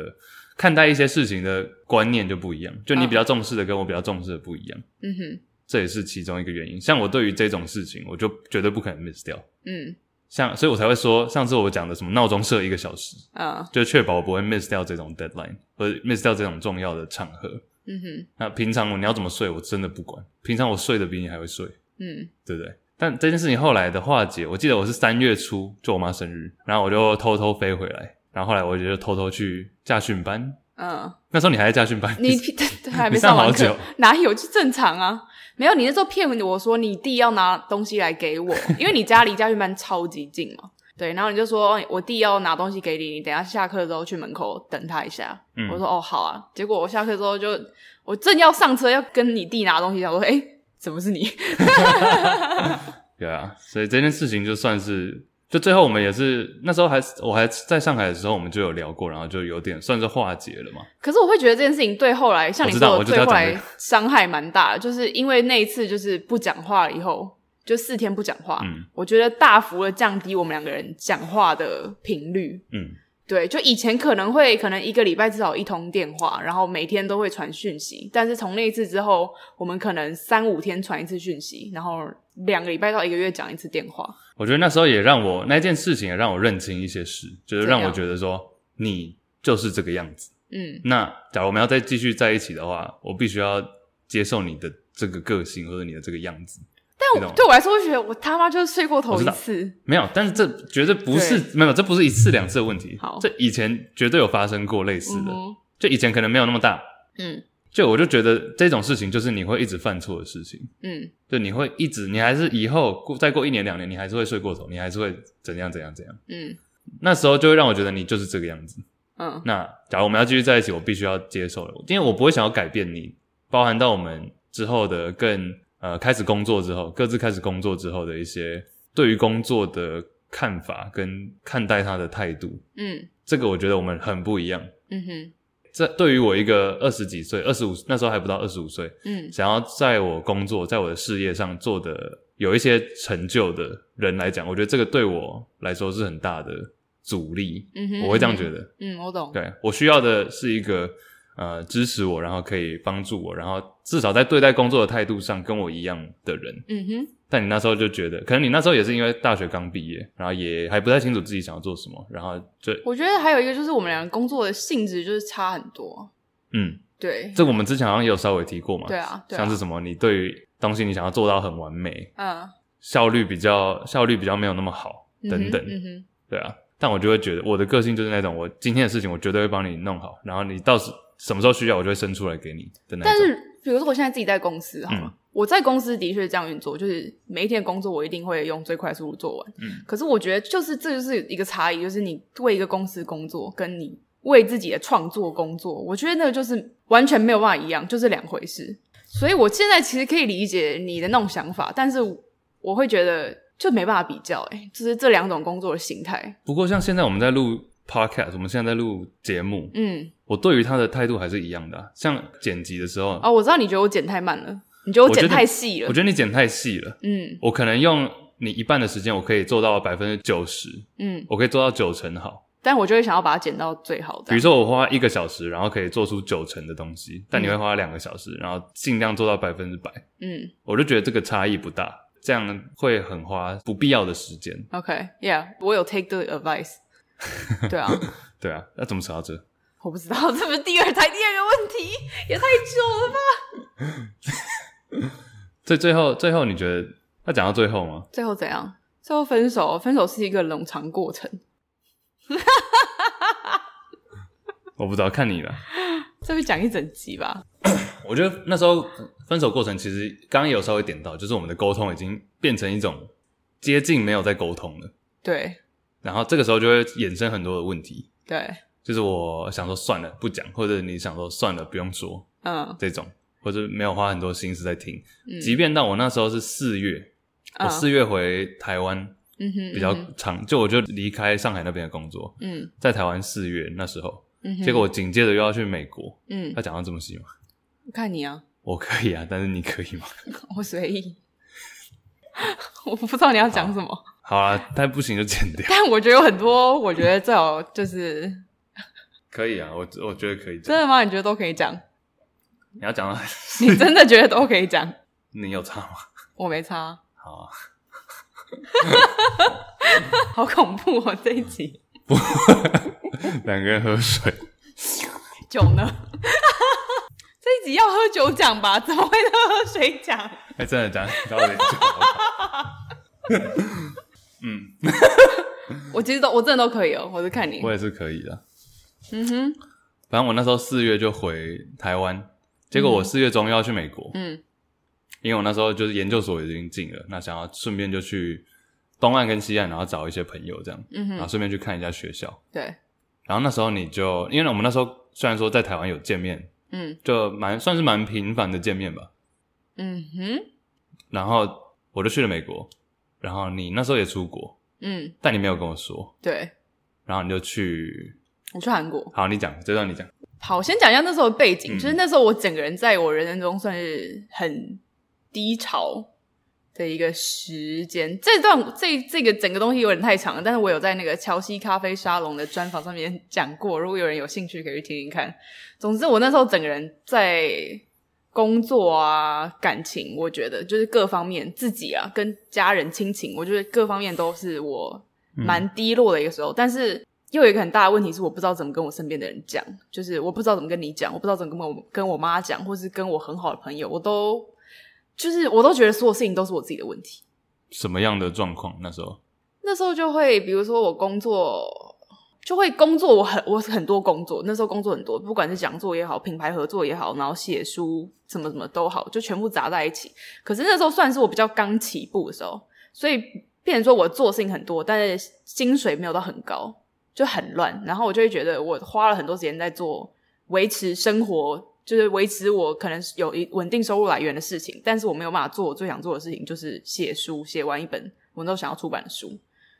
S1: 看待一些事情的观念就不一样，就你比较重视的跟我比较重视的不一样，
S2: 嗯哼，
S1: 这也是其中一个原因。像我对于这种事情，我就绝对不可能 miss 掉，
S2: 嗯
S1: 像所以我才会说上次我讲的什么闹钟设一个小时，
S2: 啊，
S1: 就确保我不会 miss 掉这种 deadline 或者 miss 掉这种重要的场合。
S2: 嗯哼，
S1: 那平常我你要怎么睡，我真的不管，平常我睡的比你还会睡。
S2: 嗯
S1: 对不对？但这件事情后来的化解，我记得我是三月初，就我妈生日，然后我就偷偷飞回来，然后后来我就偷偷去驾训班。
S2: 嗯，
S1: 那时候你还在驾训班，
S2: 你还没
S1: 上
S2: 完
S1: 好
S2: 课
S1: 久，
S2: 哪有这正常啊？没有，你那时候骗我说你弟要拿东西来给 我，因为你家离家训班超级近嘛。对，然后你就说哦我弟要拿东西给你，你等一下下课之后去门口等他一下。
S1: 嗯
S2: 我说哦好啊，结果我下课之后就我正要上车要跟你弟拿东西，想说哎怎么是你？
S1: 对啊，所以这件事情就算是，就最后我们也是那时候还我还在上海的时候，我们就有聊过，然后就有点算是化解了嘛。
S2: 可是我会觉得这件事情对后来，像你
S1: 我知道
S2: 说
S1: 我
S2: 的，
S1: 知道
S2: 对后
S1: 讲这
S2: 来
S1: 个
S2: 伤害蛮大的，就是因为那一次就是不讲话了以后，就四天不讲话，
S1: 嗯
S2: 我觉得大幅的降低我们两个人讲话的频率。
S1: 嗯，
S2: 对，就以前可能会可能一个礼拜至少一通电话，然后每天都会传讯息，但是从那一次之后，我们可能三五天传一次讯息，然后两个礼拜到一个月讲一次电话。
S1: 我觉得那时候也让我那件事情也让我认清一些事，就是让
S2: 怎
S1: 我
S2: 样
S1: 觉得说你就是这个样子。
S2: 嗯
S1: 那假如我们要再继续在一起的话，我必须要接受你的这个个性或者你的这个样子。你
S2: 但
S1: 懂
S2: 我对我来说，我觉得我他妈就是睡过
S1: 我
S2: 头
S1: 知
S2: 一
S1: 道
S2: 次。
S1: 没有，但是这绝对不是没有，这不是一次两次的问题。
S2: 好
S1: 这以前绝对有发生过类似
S2: 嗯
S1: 的，
S2: 哼
S1: 就以前可能没有那么大。
S2: 嗯
S1: 就我就觉得这种事情就是你会一直犯错的事情，
S2: 嗯
S1: 就你会一直，你还是以后过再过一年两年，你还是会睡过头，你还是会怎样怎样怎样。
S2: 嗯
S1: 那时候就会让我觉得你就是这个样子。
S2: 嗯
S1: 那假如我们要继续在一起，我必须要接受了，因为我不会想要改变你，包含到我们之后的更呃开始工作之后，各自开始工作之后的一些对于工作的看法跟看待他的态度，
S2: 嗯
S1: 这个我觉得我们很不一样。
S2: 嗯哼
S1: 这对于我一个二十几岁、二十五那时候还不到二十五岁，
S2: 嗯。
S1: 想要在我工作、在我的事业上做的有一些成就的人来讲，我觉得这个对我来说是很大的阻力，
S2: 嗯哼，
S1: 我会这样觉
S2: 嗯
S1: 得。
S2: 哼。嗯，我懂。
S1: 对我需要的是一个呃支持我，然后可以帮助我，然后至少在对待工作的态度上跟我一样的人。
S2: 嗯哼，
S1: 但你那时候就觉得，可能你那时候也是因为大学刚毕业，然后也还不太清楚自己想要做什么，然后就
S2: 我觉得还有一个就是我们两个工作的性质就是差很多。
S1: 嗯，
S2: 对，
S1: 这我们之前好像也有稍微提过嘛，
S2: 对啊，对啊，
S1: 像是什么你对于东西你想要做到很完美，
S2: 嗯
S1: 效率比较效率比较没有那么好等等，
S2: 嗯哼，
S1: 对啊。但我就会觉得我的个性就是那种，我今天的事情我绝对会帮你弄好，然后你到时什么时候需要我就会伸出来给你的那种。
S2: 但是比如说我现在自己在公司好了
S1: 嗯，
S2: 我在公司的确是这样运作，就是每一天的工作我一定会用最快速度做完。
S1: 嗯，
S2: 可是我觉得就是这就是一个差异，就是你为一个公司工作，跟你为自己的创作工作，我觉得那个就是完全没有办法一样，就是两回事。所以我现在其实可以理解你的那种想法，但是我会觉得就没办法比较、欸，就是这两种工作的形态，
S1: 不过像现在我们在录 podcast，我们现在在录节目，
S2: 嗯，
S1: 我对于他的态度还是一样的啊、像剪辑的时候，
S2: 哦，我知道你觉得我剪太慢了，你觉得我
S1: 我觉
S2: 剪
S1: 得
S2: 太细了
S1: 我，觉得你剪太细了，
S2: 嗯
S1: 我可能用你一半的时间，我可以做到百分之九十，
S2: 嗯，
S1: 我可以做到九成好。
S2: 但我就会想要把它剪到最好
S1: 比
S2: 的
S1: 如，说我花一个小时，然后可以做出九成的东西，但你会花两个小时，然后尽量做到百分之百，
S2: 嗯
S1: 我就觉得这个差异不大，这样会很花不必要的时间。
S2: ，OK，Yeah，、我有 take the advice，对啊。
S1: 对啊，那怎么扯到这？
S2: 我不知道，这不是第二台第二个问题，也太久了吧？
S1: 所以最后最后你觉得要讲到最后吗？
S2: 最后怎样？最后分手，分手是一个冗长过程，
S1: 我不知道，看你了。
S2: 这会讲一整集吧？
S1: 我觉得那时候分手过程其实刚刚也有稍微点到，就是我们的沟通已经变成一种接近没有在沟通了，
S2: 对
S1: 然后这个时候就会衍生很多的问题，
S2: 对，
S1: 就是我想说算了不讲，或者你想说算了不用说
S2: 嗯
S1: 这种，或者没有花很多心思在听。
S2: 嗯
S1: 即便到我那时候是四月，我
S2: 嗯
S1: 四月回台湾
S2: 嗯哼，
S1: 比较
S2: 嗯哼
S1: 长，就我就离开上海那边的工作，
S2: 嗯
S1: 在台湾四月那时候，
S2: 嗯哼
S1: 结果我紧接着又要去美国，
S2: 嗯，
S1: 要讲到这么细吗？
S2: 我看你啊，
S1: 我可以啊，但是你可以吗？
S2: 我随意， 我不知道你要讲什么，
S1: 好啊，但不行就剪掉。
S2: 但我觉得有很多，我觉得最好就是
S1: 可以啊，我我觉得可以
S2: 真
S1: 讲。
S2: 的吗？你觉得都可以讲？
S1: 你要讲到
S2: 你真的觉得都可以讲？
S1: 你有差吗？
S2: 我没差，
S1: 好啊，
S2: 好恐怖哦！这一集
S1: 两个人喝水。
S2: 酒呢？ 这一集要喝酒讲吧？怎么会喝水讲？
S1: 哎、真的讲到点久 了。嗯，
S2: 我其实都我真的都可以哦，我就看你
S1: 我。也是可以的。
S2: 嗯哼，
S1: 反正我那时候四月就回台湾，结果我四月中又要去美国，
S2: 嗯
S1: 因为我那时候就是研究所已经进了，那想要顺便就去东岸跟西岸，然后找一些朋友这样，
S2: 嗯
S1: 然后
S2: 哼，
S1: 顺便去看一下学校。
S2: 对，
S1: 然后那时候你就，因为我们那时候虽然说在台湾有见面，
S2: 嗯
S1: 就蛮算是蛮频繁的见面吧。
S2: 嗯哼，
S1: 然后我就去了美国，然后你那时候也出国，
S2: 嗯，
S1: 但你没有跟我说，
S2: 对
S1: 然后你就去
S2: 我去韩国。
S1: 好，你讲，这段你讲。
S2: 好，我先讲一下那时候的背景，
S1: 嗯
S2: 就是那时候我整个人在我人生中算是很低潮的一个时间。这段这这个整个东西有点太长了，但是我有在那个乔西咖啡沙龙的专访上面讲过，如果有人有兴趣可以去听听看。总之，我那时候整个人在工作啊、感情，我觉得就是各方面自己啊、跟家人、亲情，我觉得各方面都是我
S1: 嗯
S2: 蛮低落的一个时候。但是又有一个很大的问题是，我不知道怎么跟我身边的人讲，就是我不知道怎么跟你讲，我不知道怎么跟我跟我妈讲，或是跟我很好的朋友，我都就是我都觉得所有事情都是我自己的问题。
S1: 什么样的状况？那时候，
S2: 那时候就会，比如说我工作，就会工作，我很我很多工作，那时候工作很多，不管是讲座也好，品牌合作也好，然后写书什么什么都好，就全部砸在一起。可是那时候算是我比较刚起步的时候，所以变成说我做的事情很多，但是薪水没有到很高，就很乱。然后我就会觉得我花了很多时间在做维持生活。就是维持我可能有一稳定收入来源的事情，但是我没有办法做我最想做的事情，就是写书，写完一本我那时候想要出版的书。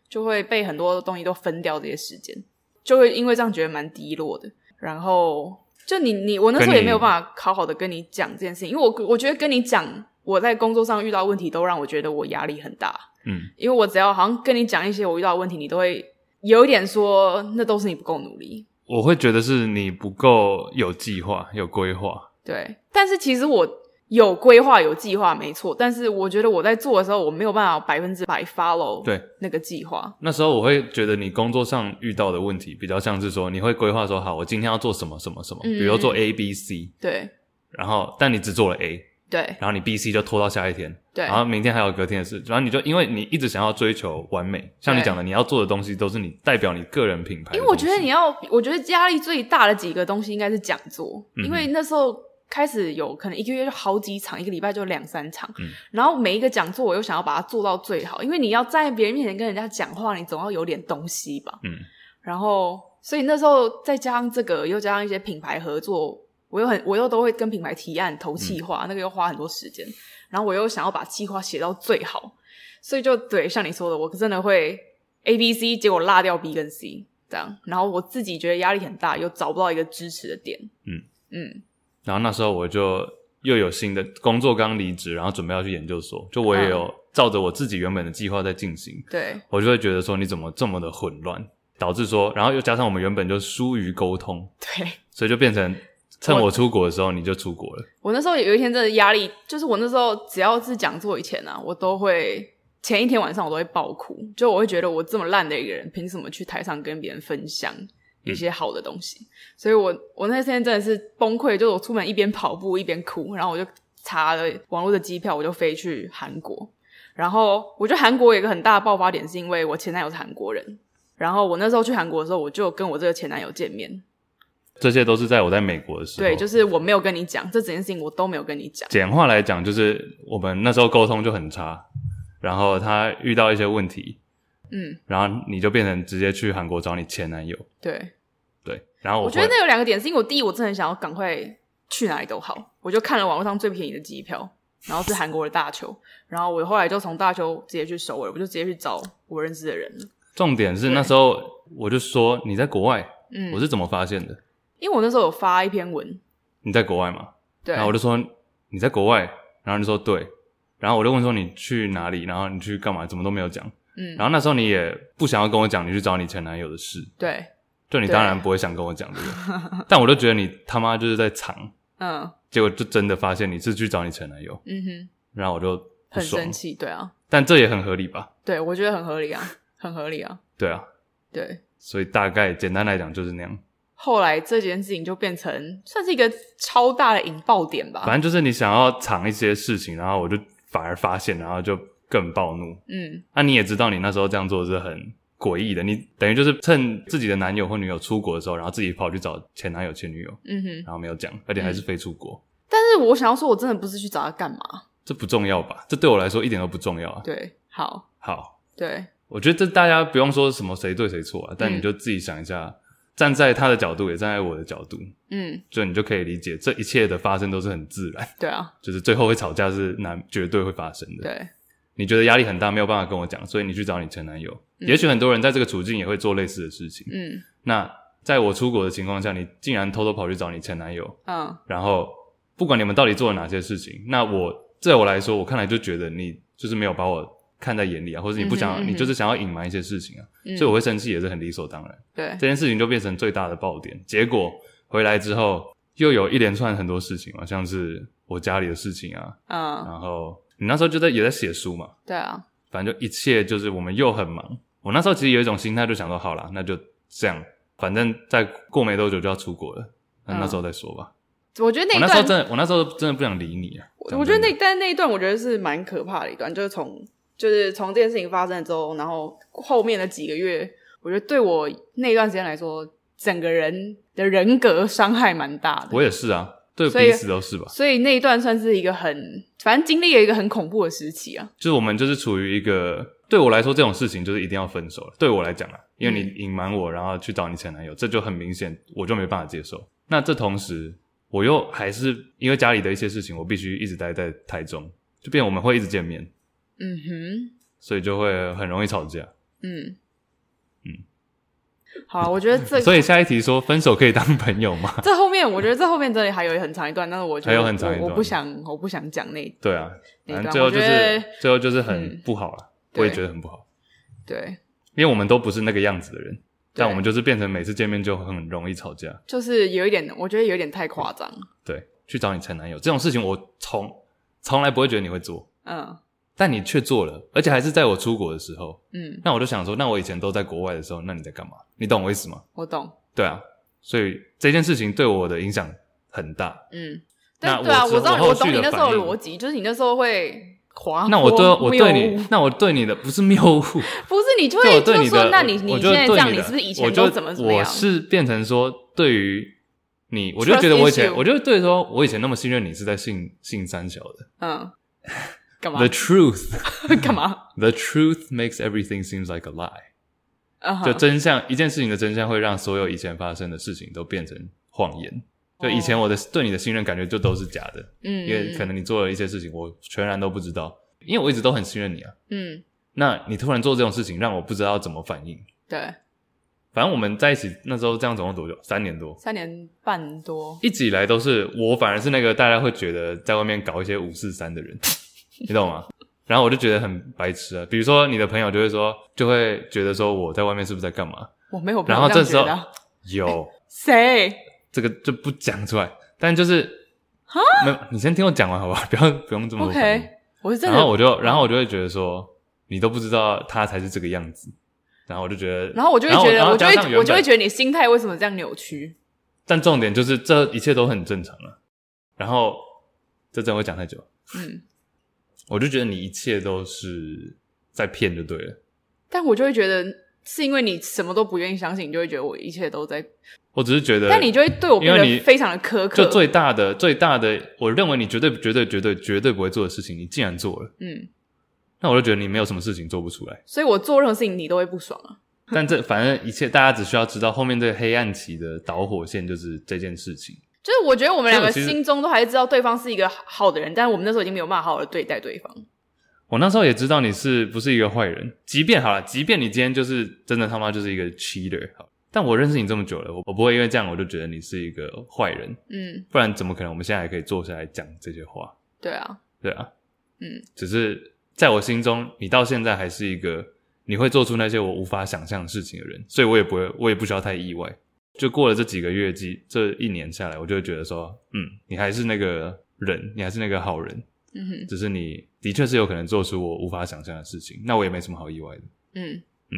S2: 就会被很多东西都分掉这些时间，就会因为这样觉得蛮低落的。然后就你你我那时候
S1: 跟你
S2: 也没有办法好好的跟你讲这件事情，因为我我觉得跟你讲我在工作上遇到问题，都让我觉得我压力很大。
S1: 嗯，
S2: 因为我只要好像跟你讲一些我遇到的问题，你都会有一点说那都是你不够努力，
S1: 我会觉得是你不够有计划、有规划。
S2: 对，但是其实我有规划、有计划，没错。但是我觉得我在做的时候，我没有办法百分之百 follow
S1: 对
S2: 那个计划。
S1: 那时候我会觉得你工作上遇到的问题，比较像是说你会规划说，好，我今天要做什么什么什么，
S2: 嗯
S1: 比如做 A、B、C，
S2: 对
S1: 然后但你只做了 A，
S2: 对
S1: 然后你 B、C 就拖到下一天，
S2: 对
S1: 然后明天还有隔天的事，然后你就因为你一直想要追求完美，像你
S2: 对
S1: 讲的，你要做的东西都是你代表你个人品牌的东西，
S2: 因为我觉得你要，我觉得压力最大的几个东西应该是讲座，
S1: 嗯哼
S2: 因为那时候开始有可能一个月就好几场，一个礼拜就两三场，
S1: 嗯
S2: 然后每一个讲座我又想要把它做到最好，因为你要在别人面前跟人家讲话，你总要有点东西吧。
S1: 嗯，
S2: 然后，所以那时候再加上这个，又加上一些品牌合作，我又很我又都会跟品牌提案投企划，那个又花很多时间，然后我又想要把计划写到最好，所以就对像你说的，我真的会 A、B、C，结果落掉 B 跟 C 这样，然后我自己觉得压力很大，又找不到一个支持的点，
S1: 嗯
S2: 嗯，
S1: 然后那时候我就又有新的工作刚离职，然后准备要去研究所，就我也
S2: 嗯
S1: 有照着我自己原本的计划在进行，
S2: 对
S1: 我就会觉得说你怎么这么的混乱，导致说，然后又加上我们原本就疏于沟通，
S2: 对。
S1: 所以就变成趁我出国的时候你就出国了，
S2: 我那时候有一天真的压力，就是我那时候只要是讲座以前啊，我都会前一天晚上我都会爆哭，就我会觉得我这么烂的一个人，凭什么去台上跟别人分享一些好的东西？所以我我那天真的是崩溃，就是我出门一边跑步一边哭，然后我就查了网络的机票，我就飞去韩国。然后我觉得韩国有一个很大的爆发点，是因为我前男友是韩国人。然后我那时候去韩国的时候，我就跟我这个前男友见面。
S1: 这些都是哦在我在美国的时候。
S2: 对，就是我没有跟你讲这整件事情，我都没有跟你讲。
S1: 简化来讲，就是我们那时候沟通就很差，然后他遇到一些问题，
S2: 嗯，
S1: 然后你就变成直接去韩国找你前男友，
S2: 对。
S1: 对，然后
S2: 我
S1: 我
S2: 觉
S1: 回
S2: 得那有两个点，是因为我第一，我真的很想要赶快去哪里都好，我就看了网络上最便宜的机 票，然后是韩国的大邱，然后我后来就从大邱直接去首尔，我就直接去找我认识的人了。
S1: 重点是
S2: 对
S1: 那时候我就说你在国外，
S2: 嗯，
S1: 我是怎么发现的？
S2: 因为我那时候有发一篇文，
S1: 你在国外吗？啊
S2: 对，
S1: 然后我就说你在国外，然后你就说对，然后我就问说你去哪里，然后你去干嘛，怎么都没有讲。
S2: 嗯，
S1: 然后那时候你也不想要跟我讲你去找你前男友的事，
S2: 对，
S1: 就你
S2: 对
S1: 当然不会想跟我讲这个，但我就觉得你他妈就是在藏，
S2: 嗯
S1: 结果就真的发现你是去找你前男友，
S2: 嗯哼，
S1: 然后我就不
S2: 很
S1: 爽哦
S2: 生，气，对啊，
S1: 但这也很合理吧？
S2: 对我觉得很合理啊， 很合理啊，
S1: 对啊，
S2: 对。
S1: 所以大概简单来讲就是那样，
S2: 后来这件事情就变成算是一个超大的引爆点吧，
S1: 反正就是你想要藏一些事情，然后我就反而发现，然后就更暴怒。
S2: 嗯，
S1: 那、你也知道，你那时候这样做是很诡异的，你等于就是趁自己的男友或女友出国的时候，然后自己跑去找前男友、前女友，
S2: 嗯哼，
S1: 然后没有讲，而且
S2: 嗯
S1: 还是飞出国，
S2: 但是我想要说，我真的不是去找他干嘛？
S1: 这不重要吧？这对我来说一点都不重要啊。
S2: 对，好，
S1: 好，
S2: 对，
S1: 我觉得这大家不用说什么谁对谁错啊，但
S2: 嗯
S1: 你就自己想一下，站在他的角度，也站在我的角度，
S2: 嗯，
S1: 就你就可以理解这一切的发生都是很自然，
S2: 对啊，
S1: 就是最后会吵架是难绝对会发生的。
S2: 对，
S1: 你觉得压力很大，没有办法跟我讲，所以你去找你前男友。
S2: 嗯
S1: 也许很多人在这个处境也会做类似的事情。
S2: 嗯
S1: 那在我出国的情况下，你竟然偷偷跑去找你前男友，
S2: 嗯
S1: 然后不管你们到底做了哪些事情，那我在我来说，我看来就觉得你就是没有把我看在眼里啊，或者你不想，
S2: 嗯哼嗯哼
S1: 你就是想要隐瞒一些事情啊，
S2: 嗯，
S1: 所以我会生气也是很理所当然。
S2: 对
S1: 这件事情就变成最大的爆点。结果回来之后，又有一连串很多事情嘛，像是我家里的事情啊，
S2: 嗯，
S1: 然后你那时候就在也在写书嘛，
S2: 对啊，
S1: 反正就一切就是我们又很忙。我那时候其实有一种心态，就想说好啦，那就这样，反正再过没多久就要出国了，那
S2: 嗯
S1: 那时候再说吧。
S2: 我觉得那
S1: 我
S2: 一
S1: 那时候真
S2: 段，
S1: 的，我那时候真的不想理你啊。
S2: 我
S1: 讲
S2: 我觉得
S1: 真的
S2: 那但那一段我觉得是蛮可怕的一段，就是从就是从这件事情发生了之后，然后后面的几个月，我觉得对我那段时间来说，整个人的人格伤害蛮大的。
S1: 我也是啊，对
S2: 所以
S1: 彼此都是吧。
S2: 所以那一段算是一个很，反正经历了一个很恐怖的时期啊。
S1: 就是我们就是处于一个对我来说这种事情就是一定要分手了。对我来讲啊，因
S2: 嗯
S1: 为你隐瞒我，然后去找你前男友，这就很明显，我就没办法接受。那这同时，我又还是因为家里的一些事情，我必须一直待在台中，就变我们会一直见面，
S2: 嗯哼，
S1: 所以就会很容易吵架。
S2: 嗯，
S1: 嗯
S2: 好啊，我觉得 这
S1: 所以下一题说分手可以当朋友吗？
S2: 这后面，我觉得这后面这里还有很长一段，但是我觉得
S1: 还有很长一段
S2: 我我不想，我不想讲那
S1: 对啊，
S2: 那
S1: 反
S2: 段
S1: 正最后就
S2: 我觉得
S1: 是最后就是很
S2: 嗯
S1: 不好了，
S2: 对
S1: 我也觉得很不好，
S2: 对，
S1: 因为我们都不是那个样子的人，但
S2: 对
S1: 我们就是变成每次见面就很容易吵架。
S2: 就是有一点，我觉得有点太夸张。
S1: 对，去找你前男友这种事情，我从从来不会觉得你会做，
S2: 嗯
S1: 但你却做了，而且还是在我出国的时候。
S2: 嗯，
S1: 那我就想说，那我以前都在国外的时候，那你在干嘛？你懂我意思吗？
S2: 我懂。
S1: 对啊，所以这件事情对我的影响很大。
S2: 嗯，
S1: 那
S2: 但对啊，
S1: 我之
S2: 我知道你，
S1: 我后
S2: 我
S1: 续
S2: 懂你
S1: 的
S2: 那时候
S1: 反
S2: 的
S1: 应
S2: 逻辑，就是你那时候会滑坡。
S1: 那我对我对你
S2: 哦谬误，
S1: 那我对你的不是谬误，
S2: 不是你就
S1: 就我
S2: 会
S1: 对
S2: 就
S1: 你
S2: 说
S1: 的，，
S2: 那你
S1: 我
S2: 你
S1: 就
S2: 现在
S1: 对
S2: 这样，
S1: 你
S2: 你
S1: 的
S2: 是不是以
S1: 我
S2: 前
S1: 就
S2: 都怎么怎么
S1: 我
S2: 样？
S1: 是变成说，对于你，我就觉得我以前，
S2: Trust issue
S1: 我就对说，我以前那么信任你是在信信三小的。
S2: 嗯，干嘛
S1: The truth
S2: 干嘛？
S1: The truth makes everything seems like a lie，、
S2: 嗯哼
S1: 就真相一件事情的真相会让所有以前发生的事情都变成谎言。就以前我的、对你的信任感觉就都是假的，
S2: 嗯，
S1: 因为可能你做了一些事情我全然都不知道，因为我一直都很信任你啊。
S2: 嗯，
S1: 那你突然做这种事情，让我不知道怎么反应。
S2: 对，
S1: 反正我们在一起那时候这样总共多久？三年多，
S2: 三年半多，
S1: 一直以来都是我，反而是那个大家会觉得在外面搞一些五四三的人， 你懂吗？然后我就觉得很白痴啊。比如说你的朋友就会说，就会觉得说我在外面是不是在干嘛？
S2: 我没有朋
S1: 然
S2: 友
S1: 后
S2: 这样
S1: 这时候
S2: 觉得啊
S1: 有
S2: 谁？
S1: 这个就不讲出来，但就是没有，你先听我讲完好不好？ 不要不用这么多嗯反应
S2: OK，我是真
S1: 然
S2: 的，
S1: 后我就然后我就会觉得说，你都不知道他才是这个样子。然后我就觉得，
S2: 然后我就会觉
S1: 然
S2: 得，
S1: 后
S2: 我就
S1: 加上原
S2: 会，
S1: 本
S2: 我就会觉得你心态为什么这样扭曲？
S1: 但重点就是这一切都很正常了、然后这真的会讲太久，
S2: 嗯，
S1: 我就觉得你一切都是在骗就对了。
S2: 但我就会觉得是因为你什么都不愿意相信，你就会觉得我一切都在，
S1: 我只是觉得，
S2: 但你就会对我变
S1: 因为你
S2: 得非常的苛刻。
S1: 就最大的最大的，我认为你绝对绝对绝对绝对不会做的事情，你竟然做了，
S2: 嗯，
S1: 那我就觉得你没有什么事情做不出 来。
S2: 所以我做任何事情你都会不爽啊。
S1: 但这反正一切大家只需要知道，后面这个黑暗期的导火线就是这件事情。
S2: 就是我觉得我们两个
S1: 所以我其实
S2: 心中都还是知道对方是一个好的人，但是我们那时候已经没有办法好好的对待对方。
S1: 我那时候也知道你是不是一个坏人，即便好了，即便你今天就是真的他妈就是一个 cheater，好，但我认识你这么久了，我我不会因为这样我就觉得你是一个坏人，
S2: 嗯，
S1: 不然怎么可能我们现在还可以坐下来讲这些话？
S2: 对啊，
S1: 对啊，
S2: 嗯，
S1: 只是在我心中，你到现在还是一个你会做出那些我无法想象的事情的人，所以我也不会，我也不需要太意外。就过了这几个月季，这一年下来，我就会觉得说，嗯，你还是那个人，你还是那个好人，
S2: 嗯哼，
S1: 只是你的确是有可能做出我无法想象的事情，那我也没什么好意外的。
S2: 嗯
S1: 嗯，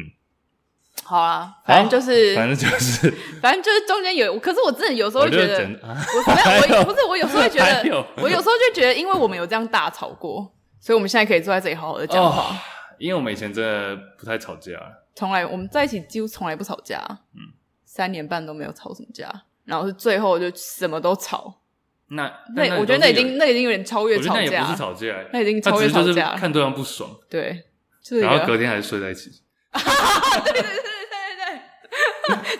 S2: 好啊，反正就是，
S1: 反正就是，
S2: 反正就是中间有，可是 我真的有时候
S1: 我
S2: 会
S1: 就
S2: 觉
S1: 是
S2: 得，
S1: 整啊，
S2: 我没有，我也不是，我有时候会觉
S1: 还
S2: 得，
S1: 有
S2: 我有时候就觉得，因为我们有这样大吵过，所以我们现在可以坐在这里好好的讲话。
S1: 哦，因为我们以前真的不太吵架，
S2: 从来我们在一起几乎从来不吵架，嗯，三年半都没有吵什么架，然后是最后就什么都吵。
S1: 那
S2: 那
S1: 但
S2: 我觉
S1: 都
S2: 得那
S1: 是
S2: 已
S1: 有
S2: 经那已经有点超越
S1: 我觉
S2: 吵
S1: 得那也
S2: 架
S1: 不是，吵架，
S2: 那已经
S1: 那
S2: 超
S1: 只
S2: 越
S1: 是就
S2: 吵
S1: 是
S2: 架了。
S1: 看对方不爽，
S2: 对，啊就是一
S1: 然后
S2: 个
S1: 隔天还是睡在一起。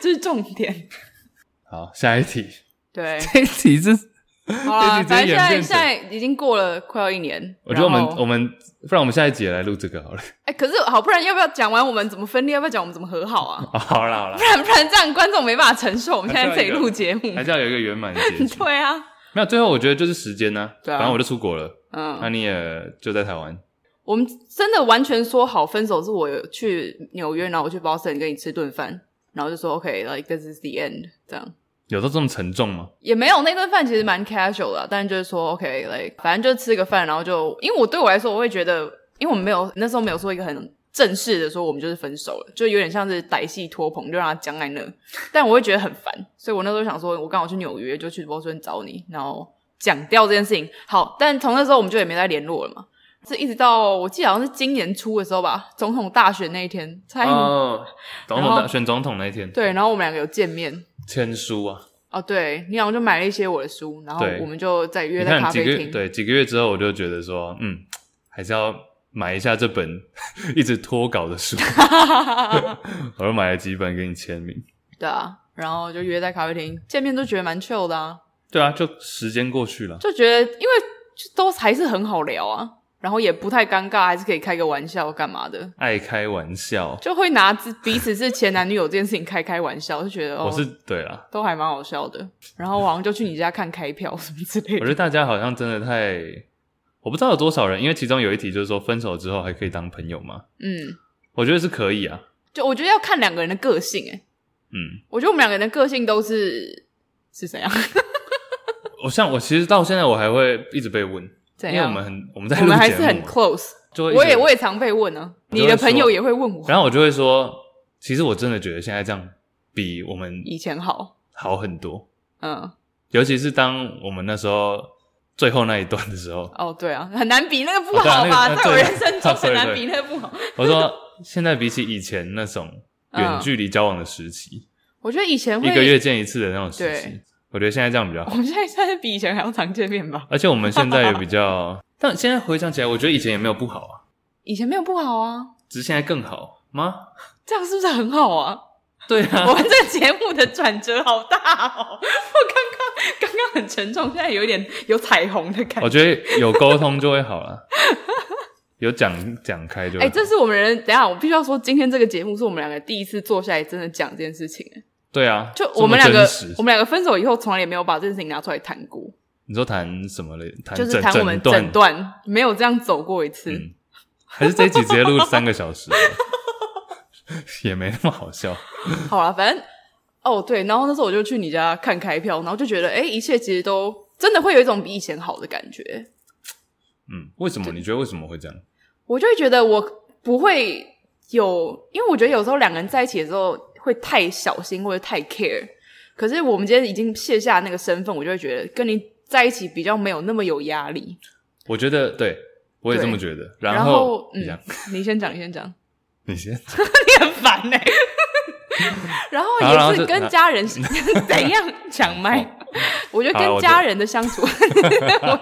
S2: 这是重点。
S1: 好，下一 题，
S2: 对，
S1: 这一题是，
S2: 好啦，
S1: 这集直接
S2: 反正现
S1: 演
S2: 在
S1: 变成
S2: 现在已经过了快要一年，
S1: 我觉得我们
S2: 然后
S1: 我们，不然我们下一集也来录这个好了。
S2: 哎、可是好，不然要不要讲完我们怎么分裂？要不要讲我们怎么和 好啊？
S1: 好啦好啦
S2: 不，然不然这样观众没办法承受我们现在这里录节目。
S1: 还是要有一个圆满的结局。
S2: 对啊，
S1: 没有，最后我觉得就是时间呢，
S2: 对啊
S1: 反正我就出国了，那
S2: 嗯，
S1: 你也就在台湾。
S2: 我们真的完全说好分手，是我有去纽约，然后我去 Boston 跟你吃顿饭，然后就说 OK，like、this is the end，这样
S1: 有到这么沉重吗？
S2: 也没有那顿饭其实蛮 casual 的啊、但是就是说 OK，like、反正就吃个饭，然后就因为我对我来说，我会觉得，因为我们没有那时候没有说一个很。正式的说，我们就是分手了，就有点像是歹戏拖棚，就让他僵在那。但我会觉得很烦，所以我那时候想说，我刚好去纽约，就去波士顿找你，然后讲掉这件事情。好，但从那时候我们就也没再联络了嘛。是一直到我记得好像是今年初的时候吧，总统大选那一天，蔡英文、
S1: 哦，总统
S2: 然
S1: 大
S2: 后
S1: 选总统那一天
S2: 对，然后我们两个有见面。
S1: 签书啊，
S2: 哦，对你好像就买了一些我的书，然后
S1: 对
S2: 我们就在约
S1: 你
S2: 在
S1: 看
S2: 咖
S1: 几
S2: 啡
S1: 个
S2: 厅。
S1: 月对几个月之后，我就觉得说，嗯，还是要买一下这本 一直脱稿的 书，我又买了几本给你签名。
S2: 对啊，然后就约在咖啡厅见面，就觉得蛮 chill 的啊，
S1: 对啊，就时间过去了。
S2: 就觉得因为就都还是很好聊啊，然后也不太尴尬，还是可以开个玩笑干嘛的，
S1: 爱开玩笑，
S2: 就会拿自彼此是前男女友这件事情开开玩笑，就觉得哦，
S1: 我是对啦，
S2: 都还蛮好笑的。然后我好像就去你家看开票什么之类
S1: 我觉
S2: 的。
S1: 得大家好像真的太，我不知道有多少人，因为其中有一题就是说分手之后还可以当朋友吗？
S2: 嗯，
S1: 我觉得是可以啊，
S2: 就我觉得要看两个人的个性、欸，
S1: 嗯，
S2: 我觉得我们两个人的个性都是是怎样？
S1: 我像我其实到现在我还会一直被问，
S2: 怎
S1: 因为我
S2: 样？
S1: 们很我们在
S2: 啊我
S1: 录
S2: 们还
S1: 节
S2: 是
S1: 目
S2: 很
S1: 嘛
S2: close，
S1: 就会一直
S2: 我也我也常被问啊，
S1: 我就会
S2: 你的朋友也会问我，
S1: 然后我就会说，其实我真的觉得现在这样比我们
S2: 以前好，
S1: 好很多，
S2: 嗯，
S1: 尤其是当我们那时候最后那一段的时候，
S2: 哦对啊，很难比那个不
S1: 哦对啊
S2: 好吧，
S1: 那个
S2: 在我
S1: 对
S2: 人生中
S1: 啊 对
S2: 很难
S1: 对
S2: 比那个不好。
S1: 我说现在比起以前那种远
S2: 嗯
S1: 距离交往的时期，
S2: 我觉得以前会
S1: 一个月，见一次的那种时
S2: 对
S1: 期，我觉得现在这样比较
S2: 我
S1: 好。
S2: 们现在算是比以前还要常见面吧？
S1: 而且我们现在也比较， 但现在回想起来，我觉得以前也没有不好啊，
S2: 以前没有不好啊，
S1: 只是现在更好吗？
S2: 这样是不是很好啊？
S1: 对啊，
S2: 我们这个节目的转折好大哦！我刚 刚刚刚很沉重，现在有一点有彩虹的感
S1: 我
S2: 觉。
S1: 觉得有沟通就会好了，有讲讲开就会
S2: 哎、
S1: 好。
S2: 这是我们人，等一下我必须要说，今天这个节目是我们两个第一次坐下来真的讲这件事情。哎
S1: 对啊，
S2: 就
S1: 这么
S2: 我们两个
S1: 真实，
S2: 我们两个分手以后，从来也没有把这件事情拿出来谈过，
S1: 你说谈什么嘞？谈
S2: 就是
S1: 整
S2: 谈我们
S1: 段
S2: 整，段，没有这样走过一次。
S1: 嗯，还是这一集直接录三个小时 好了，也没那么好笑。
S2: 好了，反正哦对，然后那时候我就去你家看开票，然后就觉得，哎、一切其实都真的会有一种比以前好的感觉。
S1: 嗯，为什么？你觉得为什么会这样？
S2: 我就会觉得我不会有，因为我觉得有时候两个人在一起的时候会太小心或者太 care。可是我们今天已经卸下那个身份，我就会觉得跟你在一起比较没有那么有压力。
S1: 我觉得对，我也这么觉得。然
S2: 后，
S1: 你讲
S2: 嗯，，你先讲，你先讲，
S1: 你先讲。
S2: 你很烦呢、 然后
S1: 欸好然后
S2: 也
S1: 就是哦
S2: 跟家人 怎样讲麦，我觉得
S1: 好了
S2: 跟
S1: 我
S2: 家
S1: 就
S2: 人的相处， 我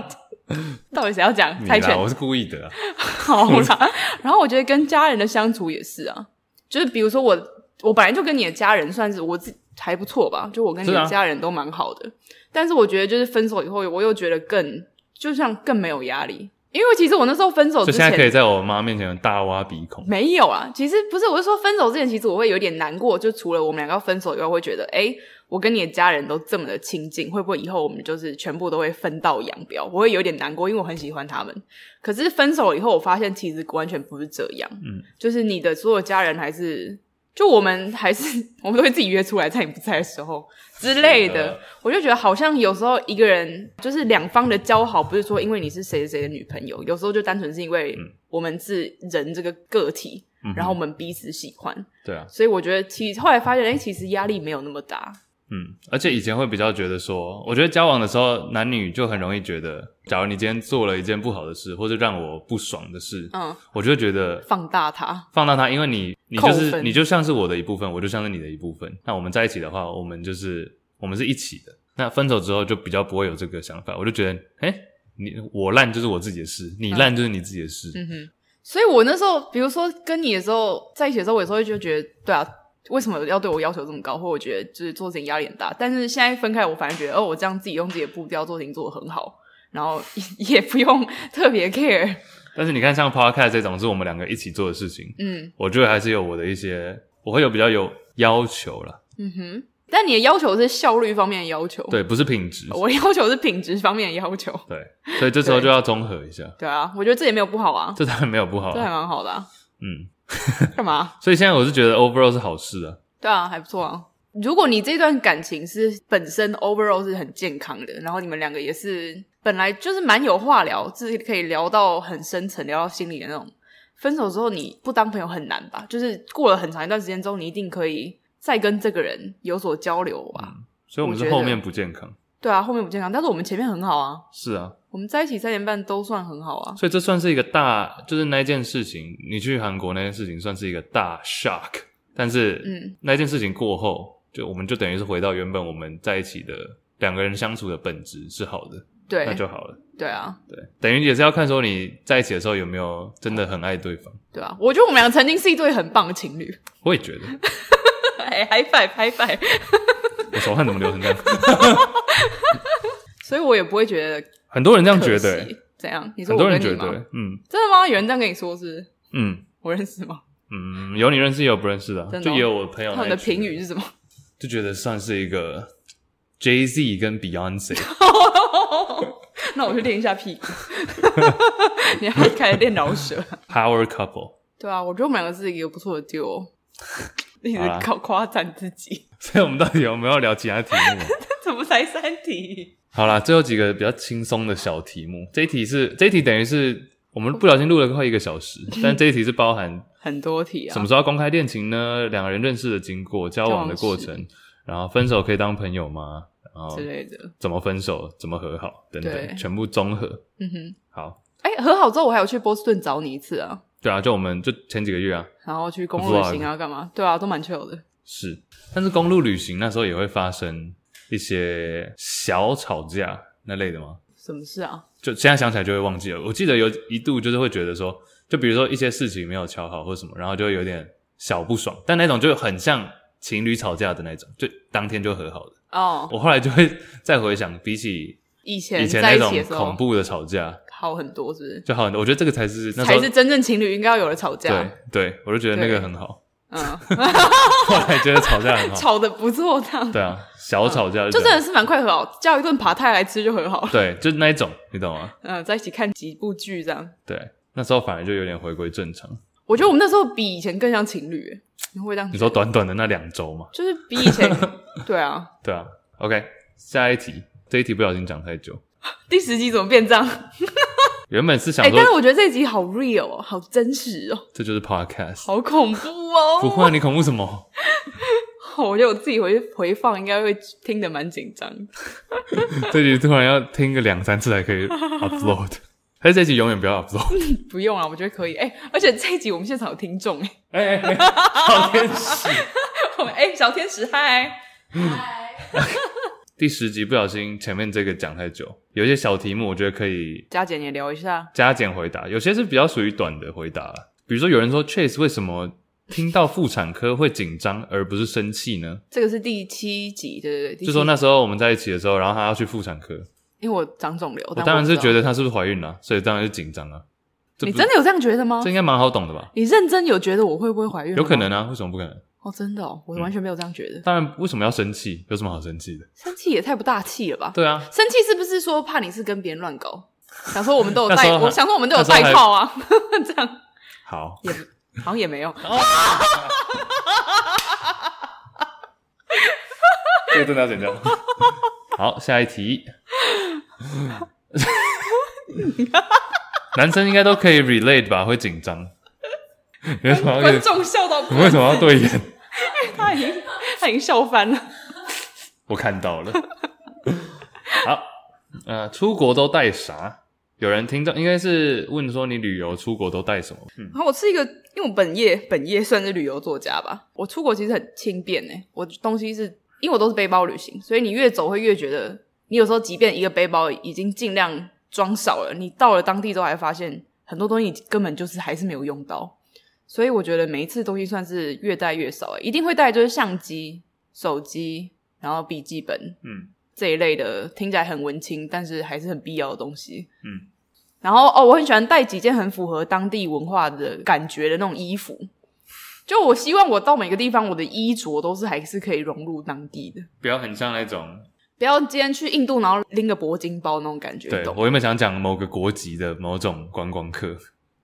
S2: 到底谁要讲？
S1: 你
S2: 猜拳
S1: 啦，我是故意的啊。
S2: 好 啦，然后我觉得跟家人的相处也是啊，就是比如说我，我本来就跟你的家人算是我自己还不错吧，就我跟你
S1: 是
S2: 的
S1: 啊
S2: 家人都蛮好的，但是我觉得就是分手以后，我又觉得更就像更没有压力，因为其实我那时候分手
S1: 就
S2: 哦之
S1: 现在可以
S2: 前
S1: 在我妈面前大挖鼻孔。
S2: 没有啊，其实不是，我是说分手之前，其实我会有点难过，就除了我们两个要分手以外，会觉得，哎、我跟你的家人都这么的亲近，会不会以后我们就是全部都会分道扬镳？我会有点难过，因为我很喜欢他们。可是分手了以后，我发现其实完全不是这样，
S1: 嗯，
S2: 就是你的所有家人还是。就我们还是 我们都会自己约出来，在你不在的时候之类
S1: 是啊
S2: 的
S1: 的，
S2: 我就觉得好像有时候一个人就是两方的交好，不是说因为你是谁谁谁的女朋友，有时候就单纯是因为
S1: 嗯
S2: 我们是人这个个体，
S1: 嗯哼
S2: 然后我们彼此喜欢，
S1: 对啊，
S2: 所以我觉得其后来发现，哎、其实压力没有那么大。
S1: 嗯，而且以前会比较觉得说，我觉得交往的时候，男女就很容易觉得，假如你今天做了一件不好的事，或者让我不爽的事，
S2: 嗯，
S1: 我就会觉得
S2: 放大它，
S1: 放大它，因为你你就
S2: 扣
S1: 是
S2: 分
S1: 你就像是我的一部分，我就像是你的一部分。那我们在一起的话，我们就是我们是一起的。那分手之后就比较不会有这个想法，我就觉得，哎、你我烂就是我自己的事，你烂就是你自己的事。
S2: 嗯哼。所以我那时候，比如说跟你的时候在一起的时候，我有时候就觉得，对啊，为什么要对我要求这么高，或我觉得就是做事情压力很大。但是现在分开，我反而觉得，哦，我这样自己用自己的步调做事情做得很好，然后也不用 特别 care。
S1: 但是你看，像 podcast 这种是我们两个一起做的事情，
S2: 嗯
S1: 我觉得还是有我的一些，我会有比较有要求啦。
S2: 嗯哼。但你的要求是效率方面的要求，
S1: 对，不是品质，
S2: 哦我的要求是品质方面的要求。
S1: 对，所以这时候就要综合一下，
S2: 对啊，我觉得这也没有不好啊，
S1: 这当然没有不好、
S2: 这还
S1: 啊，
S2: 蛮好的、啊。
S1: 嗯，
S2: 干嘛？啊
S1: 所以现在我是觉得 overall 是好事啊，
S2: 对啊，还不错啊。如果你这段感情是本身 overall 是很健康的，然后你们两个也是本来就是蛮有话聊，就是可以聊到很深层，聊到心里的那种。分手之后你不当朋友很难吧？就是过了很长一段时间之后，你一定可以再跟这个人有所交流吧？
S1: 所以我们
S2: 我
S1: 是
S2: 觉得
S1: 后面不健康，
S2: 对啊，后面不健康，但是我们前面很好啊，
S1: 是啊，
S2: 我们在一起三年半都算很好啊。
S1: 所以这算是一个大，就是那件事情，你去韩国那件事情算是一个大 shock，但是
S2: 嗯，
S1: 那件事情过后，就我们就等于是回到原本我们在一起的两个人相处的本质是好的，
S2: 对
S1: 那，就好了，
S2: 对啊，
S1: 对，等于也是要看说你在一起的时候有没有真的很爱对方，
S2: 对啊，我觉得我们两个曾经是一对很棒的情侣。
S1: 我也觉得，
S2: 哎，嗨拜嗨拜。
S1: 我手汗怎么流成这样，
S2: 所以我也不会觉得
S1: 很多人这
S2: 这
S1: 样觉得、欸
S2: 怎样？你说
S1: 很
S2: 我
S1: 多人
S2: 跟你
S1: 觉
S2: 吗？
S1: 得，嗯。
S2: 真的吗？有人这样跟你说是？
S1: 嗯
S2: 我认识吗？
S1: 嗯，有你认识也有不认识的啊、
S2: 真的
S1: 就
S2: 哦
S1: 也有我朋友
S2: 他
S1: 那
S2: 们
S1: 一
S2: 的
S1: 群
S2: 评语是什么？
S1: 就觉得算是一个 Jay Z 跟 Beyonce，
S2: 那我去练一下屁股。 你还开始练饶舌？啊
S1: Power Couple，
S2: 对啊，我觉得我们两个是一个不错的 duo，一直
S1: 好啦
S2: 夸夸赞自己。
S1: 所以我们到底有没有聊其他题目啊？
S2: 怎么才三题？
S1: 好啦，最后几个比较轻松的小题目，这一题是这一题等于是我们不小心录了快一个小 时，但这一题是包含
S2: 很多题啊。
S1: 什么时候要公开恋情呢？两个人认识的经过、交往的过程，然后分手可以当朋友吗？然后
S2: 之类的？
S1: 怎么分手、怎么和好等等，
S2: 对
S1: 全部综合。
S2: 嗯哼。
S1: 好，
S2: 哎、和好之后我还有去波士顿找你一次啊，
S1: 对啊，就我们就前几个月啊，
S2: 然后去公路旅行啊，干嘛？对啊，都蛮 chill 的。
S1: 是，但是公路旅行那时候也会发生一些小吵架那类的吗？
S2: 什么事啊？
S1: 就现在想起来就会忘记了。我记得有一度就是会觉得说，就比如说一些事情没有瞧好或什么，然后就会有点小不爽，但那种就很像情侣吵架的那种，就当天就和好了。
S2: 哦、
S1: 我后来就会再回想，比起
S2: 以前
S1: 以前那
S2: 在一起
S1: 种
S2: 的时候
S1: 恐怖的吵架
S2: 好很多，是不是？
S1: 就好很多。我觉得这个才是那时
S2: 才
S1: 候
S2: 是真正情侣应该要有的吵架
S1: 对。对，我就觉得那个
S2: 对
S1: 很好。
S2: 嗯，
S1: 后来觉得吵架很好，
S2: 吵得不错，这样
S1: 对啊，小吵架
S2: 就
S1: 这
S2: 真
S1: 样
S2: 的是蛮快和好，叫一顿扒泰来吃就和好了。
S1: 对，就是那一种，你懂吗？
S2: 嗯，在一起看几部剧这样，
S1: 对，那时候反而就有点回归正常。
S2: 我觉得我们那时候比以前更像情侣，欸你会这样
S1: 你
S2: 觉
S1: 说
S2: 得？
S1: 短短的那两周嘛，
S2: 就是比 以前，对啊，
S1: 对啊。OK，下一题，这一题不小心讲太久，
S2: 第十集怎么变这样？
S1: 原本是想
S2: 哎、
S1: 说
S2: 但是我觉得这一集好 real，哦，好真实哦，
S1: 这就是 podcast，
S2: 好恐 怖
S1: 不
S2: 哦。
S1: 会啊，你恐怖什么？
S2: 我觉得我自己回去回放应该会听得蛮紧张的。
S1: 这集突然要听个两三次才可 以 upload，但是这集永远不要 upload。
S2: 不用啊，我觉得可以。哎、而且这一集我们现场有听众，哎，
S1: 哎哎哎，好天使！
S2: 我们哎、小天使嗨，
S1: 嗯第十集不小心前面这个讲太久，有一些小题目我觉得可以
S2: 佳姐也聊一下。
S1: 加减回答，有些是比较属于短的回答啦。比如说有人说 Chase 为什么听到妇产科会紧张而不是生气呢？
S2: 这个是第七集，对对对，第
S1: 就说
S2: 七
S1: 那时候我们在一起的时候，然后他要去妇产科，
S2: 因为我长肿瘤，
S1: 我当然是觉
S2: 得
S1: 得她是不是怀孕了、所以当然是紧张啊。这
S2: 你
S1: 不是
S2: 真的有这样觉得吗
S1: 这？应该蛮好懂的吧？
S2: 你认真有觉得我会不会怀孕？
S1: 有可能啊，为什么不可能？
S2: 哦，真的哦，我完全没有这样觉得。
S1: 当然，为什么要生气？有什么好生气的？
S2: 生气也太不大气了吧？
S1: 对啊，
S2: 生气是不是说怕你是跟别人乱搞？想说我们都有
S1: 那时
S2: 带，
S1: 候还
S2: 我想说我们都
S1: 那
S2: 有
S1: 时候还
S2: 带套啊，这样
S1: 好，
S2: 也好像也 没有。
S1: 这个真的要剪掉。 好，下一题。 男生应该都可以 relate 吧？会紧张。你为什么要
S2: 观众笑到
S1: 你为什么要对眼？
S2: 他已经他已经笑翻了。
S1: 我看到 了。好，呃，出国都带啥？有人听到应该是问说你旅游出国都带什么？嗯，
S2: 然后我是一个，因为我本业本业算是旅游作家吧，我出国其实很轻便诶、我东西是因为我都是背包旅行，所以你越走会越觉得，你有时候即便一个背包已经尽量装少了，你到了当地之后还发现很多东西根本就是还是没有用到，所以我觉得每一次东西算是越带越少、欸，一定会带就是相机、手机，然后笔记本，
S1: 嗯，
S2: 这一类的听起来很文青，但是还是很必要的东西，
S1: 嗯。
S2: 然后哦，我很喜欢带几件很符合当地文化的感觉的那种衣服，就我希望我到每个地方，我的衣着都是还是可以融入当地的，
S1: 不要很像那种。
S2: 不要今天去印度然后拎个铂金包那种感觉，
S1: 对
S2: 懂？
S1: 我原本想讲某个国籍的某种观光客，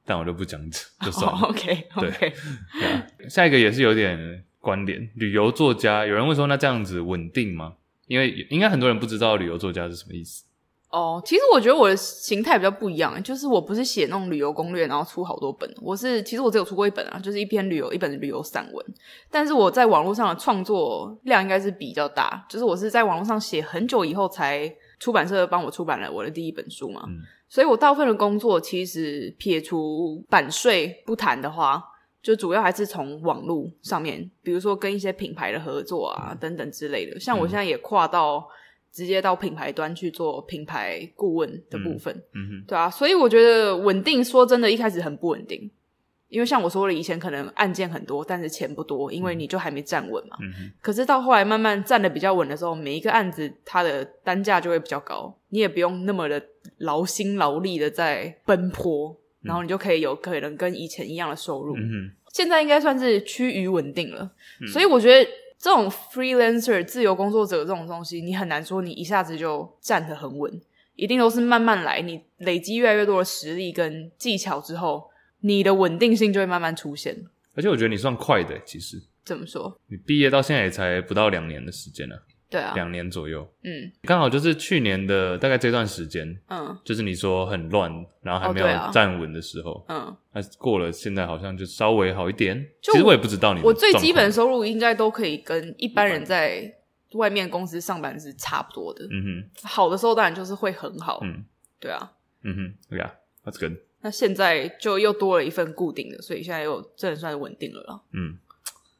S1: 但我就不讲，就算了。
S2: 哦，OK OK，
S1: 对啊下一个也是有点关联，旅游作家。有人问说，那这样子稳定吗？因为应该很多人不知道旅游作家是什么意思。
S2: 哦，其实我觉得我的形态比较不一样，就是我不是写那种旅游攻略，然后出好多本，我是其实我只有出过一本啊，就是一篇旅游一本旅游散文，但是我在网络上的创作量应该是比较大，就是我是在网络上写很久以后才出版社帮我出版了我的第一本书嘛，
S1: 嗯
S2: 所以我大部分的工作其实撇除版税不谈的话，就主要还是从网络上面，比如说跟一些品牌的合作
S1: 嗯
S2: 啊等等之类的。像我现在也跨到直接到品牌端去做品牌顾问的部分，
S1: 嗯哼，
S2: 对啊，所以我觉得稳定，说真的，一开始很不稳定。因为像我说了，以前可能案件很多，但是钱不多，因为你就还没站稳嘛。
S1: 嗯哼，
S2: 可是到后来慢慢站的比较稳的时候，每一个案子它的单价就会比较高，你也不用那么的劳心劳力的在奔波，然后你就可以有可能跟以前一样的收入。
S1: 嗯哼，
S2: 现在应该算是趋于稳定了，
S1: 嗯
S2: 所以我觉得这种 freelancer 自由工作者这种东西，你很难说你一下子就站得很稳，一定都是慢慢来，你累积越来越多的实力跟技巧之后，你的稳定性就会慢慢出现。
S1: 而且我觉得你算快的，其实
S2: 怎么说？
S1: 你毕业到现在也才不到两年的时间呢、
S2: 对啊，
S1: 两年左右，
S2: 嗯
S1: 刚好就是去年的大概这段时间，
S2: 嗯
S1: 就是你说很乱，然后还没有
S2: 哦对啊
S1: 站稳的时候，
S2: 嗯，
S1: 那、过了现在好像就稍微好一点。
S2: 就
S1: 其实我也不知道你的
S2: 我最基本的
S1: 状
S2: 收入应该都可以跟一般人在外面公司上班是差不多的。
S1: 况，嗯
S2: 好的时候当然就是会很好，
S1: 嗯
S2: 对啊。
S1: 哼，嗯哼对啊，那这个，
S2: 那现在就又多了一份固定的，所以现在又真的算是稳定了啦。
S1: 嗯。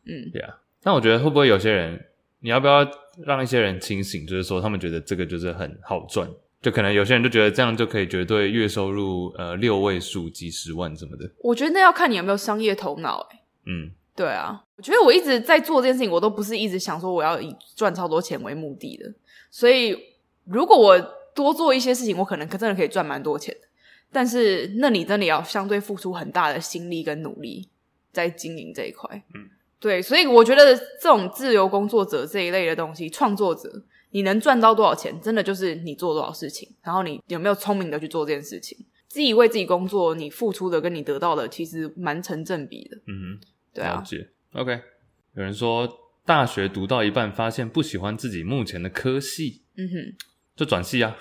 S2: 嗯，
S1: 对啊，但我觉得会不会有些人，你要不要让一些人清醒，就是说他们觉得这个就是很好赚，就可能有些人就觉得这样就可以绝对月收入呃六位数几十万什么的，
S2: 我觉得那要看你有没有商业头脑、欸。
S1: 嗯
S2: 对啊，我觉得我一直在做这件事情，我都不是一直想说我要以赚超多钱为目的的。所以如果我多做一些事情，我可能可真的可以赚蛮多钱的。但是那你真的要相对付出很大的心力跟努力在经营这一块。
S1: 嗯，
S2: 对，所以我觉得这种自由工作者这一类的东西，创作者你能赚到多少钱，真的就是你做多少事情，然后你有没有聪明的去做这件事情。自己为自己工作，你付出的跟你得到的其实蛮成正比的，
S1: 嗯哼，
S2: 对
S1: 了
S2: 啊，
S1: 解。OK，有人说大学读到一半发现不喜欢自己目前的科系，
S2: 嗯哼。
S1: 就转系啊，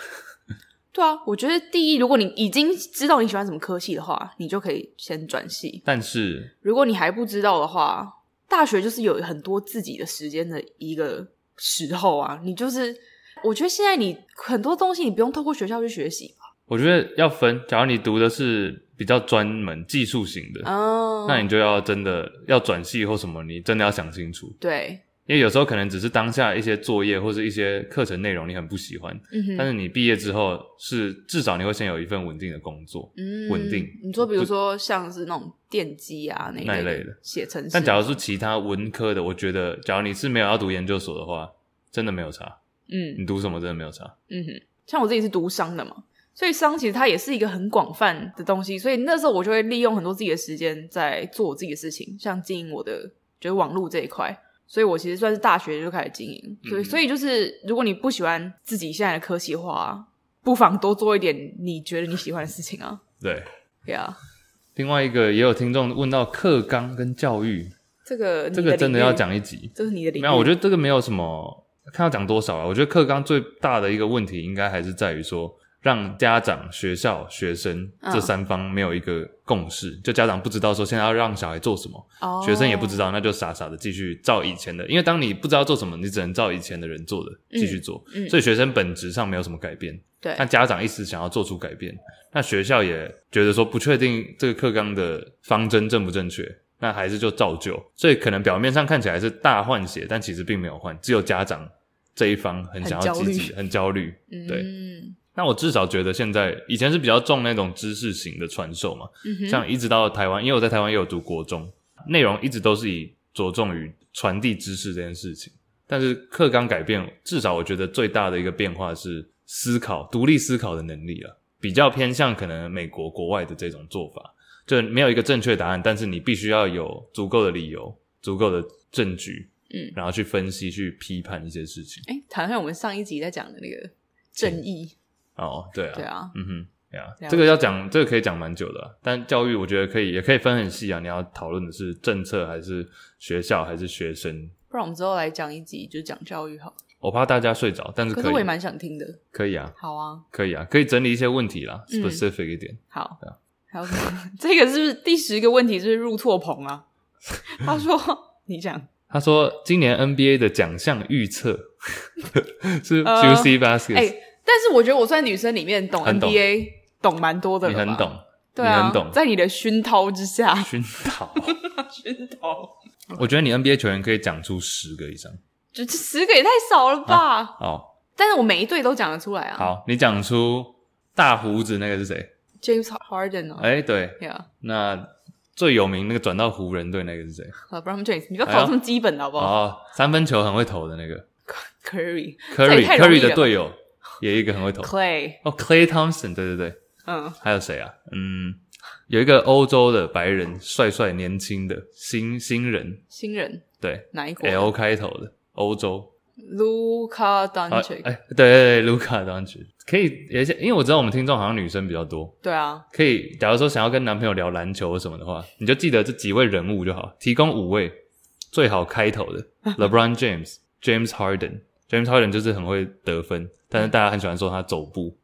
S2: 对啊，我觉得第一，如果你已经知道你喜欢什么科系的话，你就可以先转系；
S1: 但是
S2: 如果你还不知道的话，大学就是有很多自己的时间的一个时候啊。你就是，我觉得现在你很多东西你不用透过学校去学习吧。
S1: 我觉得要分，假如你读的是比较专门技术型的。
S2: 哦，
S1: 那你就要真的要转系或什么，你真的要想清楚。
S2: 对，
S1: 因为有时候可能只是当下一些作业或是一些课程内容你很不喜欢，
S2: 嗯哼，
S1: 但是你毕业之后是至少你会先有一份稳定的工作。
S2: 嗯
S1: 稳定
S2: 你说，比如说像是那种电机啊那一
S1: 那一
S2: 类
S1: 类的
S2: 写程式，
S1: 但假如是其他文科的，我觉得假如你是没有要读研究所的话，真的没有差，
S2: 嗯
S1: 你读什么真的没有差。
S2: 嗯哼，像我自己是读商的嘛，所以商其实它也是一个很广泛的东西，所以那时候我就会利用很多自己的时间在做我自己的事情，像经营我的就是网络这一块。所以我其实算是大学就开始经营，所以、
S1: 嗯
S2: 所以就是如果你不喜欢自己现在的科系的话，不妨多做一点你觉得你喜欢的事情啊，
S1: 对，
S2: 对啊，
S1: 另外一个也有听众问到课纲跟教育，
S2: 这个你
S1: 这个真的要
S2: 领域，
S1: 讲一集。
S2: 这是你的领域，
S1: 没有，我觉得这个没有什么看要讲多少啊。我觉得课纲最大的一个问题，应该还是在于说，让家长、学校、学生
S2: 嗯
S1: 这三方没有一个共识。就家长不知道说现在要让小孩做什么，
S2: 得
S1: 学生也不知道，那就傻傻的继续照以前的。因为当你不知道做什么，你只能照以前的人做的继续做，
S2: 嗯
S1: 所以学生本质上没有什么改变。
S2: 对
S1: 那家长一时想要做出改变，那学校也觉得说不确定这个课纲的方针正不正确，那还是就照旧。所以可能表面上看起来是大换血，但其实并没有换，只有家长这一方很想要积极，很焦虑。对
S2: 嗯
S1: 那我至少觉得现在以前是比较重那种知识型的传授嘛，
S2: 嗯哼
S1: 像一直到台湾，因为我在台湾也有读国中，内容一直都是以着重于传递知识这件事情。但是课纲改变，至少我觉得最大的一个变化是思考、独立思考的能力了，比较偏向可能美国国外的这种做法，就没有一个正确答案，但是你必须要有足够的理由、足够的证据，
S2: 嗯
S1: 然后去分析、去批判一些事情。
S2: 哎，谈谈我们上一集在讲的那个正义，
S1: 哦，对啊，
S2: 对啊，
S1: 嗯哼，对啊
S2: 了，
S1: 这个要讲，这个可以讲蛮久的啊、但教育我觉得可以，也可以分很细啊。你要讨论的是政策，还是学校，还是学生？
S2: 不然我们之后来讲一集就讲教育好了，
S1: 我怕大家睡着，但是
S2: 可
S1: 可以，
S2: 是我也蛮想听的，
S1: 可以啊，
S2: 好啊，
S1: 可以啊，可以整理一些问题啦、s
S2: 嗯
S1: p e c i f i c 一点。
S2: 好
S1: 对啊，
S2: 还有什么？ 这个是不是第十个问题？就是入错 棚啊？他说你讲，
S1: 他说，今年 NBA 的奖项预测是
S2: 呃
S1: Juicy Basket，、
S2: 哎，但是我觉得我算女生里面懂
S1: 很懂
S2: NBA 懂蛮多的
S1: 你
S2: 了吧，
S1: 很懂，
S2: 对啊，
S1: 你很懂
S2: 在你的熏陶之下，
S1: 熏陶。
S2: 熏陶
S1: 我觉得你 NBA 球员可以讲出十个以上。
S2: 就这十个也太少了吧？
S1: 哦，
S2: 但是我每一队都讲得出来啊。
S1: 好，你讲出大胡子那个是谁？
S2: ，James Harden 哦，
S1: 哎、对，
S2: 对啊，
S1: 那最有名那个转到湖人队那个是谁？
S2: 好 b r o w n James，你不要
S1: 哎
S2: 搞
S1: 呦哎
S2: 这么基本的好不好
S1: 哦，三分球很会投的那个
S2: ？Curry、这也
S1: Curry
S2: 太容易
S1: Curry 的
S2: 了
S1: 队友也有一个很会投
S2: Clay，
S1: 哦，Clay Thompson，对对对，
S2: 嗯，
S1: 还有谁啊？嗯，有一个欧洲的白人，帅帅年轻的新新人，
S2: 新人
S1: 对
S2: 哪一国
S1: ，L 开头的欧洲。
S2: ？Luka
S1: 啊
S2: Doncic，
S1: 哎，对对对，卢卡当时可以，也是因为我知道我们听众好像女生比较多，
S2: 对啊，
S1: 可以，假如说想要跟男朋友聊篮球什么的话，你就记得这几位人物就好，提供五位最好开头的
S2: 啊
S1: LeBron James、James Harden、James Harden 就是很会得分，但是大家很喜欢说他走 步，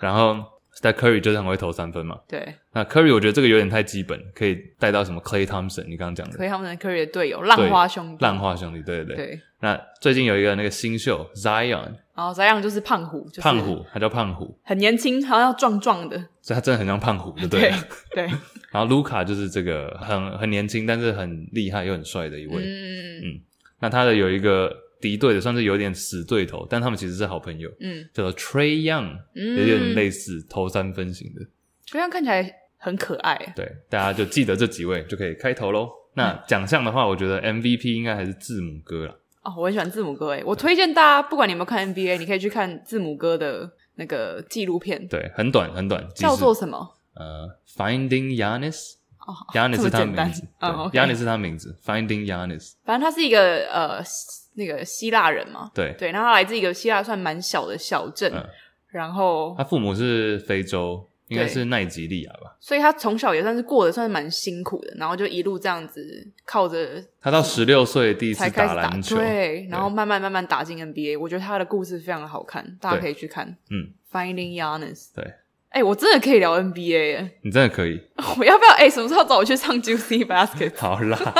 S1: 然后 Steph Curry 就是很会投三分嘛。
S2: 对，
S1: 那 Curry 我觉得这个有点太基本，可以带到什么 Clay Thompson，你刚刚讲的
S2: 所以他们的 Curry 的队友浪花兄弟，
S1: 浪花兄弟，对对对。
S2: 对，
S1: 那最近有一个那个新秀 Zion
S2: 然后 Zion 就是胖虎，就是
S1: 胖虎，他叫胖虎，
S2: 很年轻，好像要壮壮的，
S1: 所以他真的很像胖虎，对不对
S2: 对
S1: 了？
S2: 对，
S1: 然后卢卡就是这个很很年轻，但是很厉害又很帅的一位。
S2: 嗯
S1: 那他的有一个敌对的，算是有点死对头，但他们其实是好朋友，
S2: 嗯
S1: 叫做 Trey Young，
S2: 嗯，
S1: 有点类似投三分型的。
S2: 这样看起来很可爱，
S1: 对，大家就记得这几位就可以开头喽。那奖项的话，我觉得 MVP 应该还是字母哥啦。
S2: 哦，我很喜欢字母哥诶，我推荐大家，不管你有没有看 NBA，你可以去看字母哥的那个纪录片，
S1: 对，很短很短，即
S2: 叫
S1: 使
S2: 做什么？
S1: 呃 Finding Yanis。
S2: 哦
S1: Yanis 是他
S2: 这么简单
S1: 名字，对
S2: 嗯，OK
S1: Yanis 是他名字，Finding Yanis，
S2: 反正他是一个呃希那个希腊人嘛，
S1: 对，
S2: 对，然后他来自一个希腊算蛮小的小镇，
S1: 嗯
S2: 然后
S1: 他父母是非洲，应该
S2: 对
S1: 是奈及利亚吧？
S2: 所以他从小也算是过得算是蛮辛苦的，然后就一路这样子靠着
S1: 他到十六岁第一次
S2: 才开始打
S1: 篮球，
S2: 对，然后慢慢慢慢打进 NBA，我觉得他的故事非常的好看，大家可以去看，
S1: 嗯
S2: ，Finding Yanis，
S1: 对。
S2: 哎、我真的可以聊 NBA 耶！
S1: 你真的可以，
S2: 我要不要？哎、什么时候找我去上 Juicy Basket？
S1: 好啦，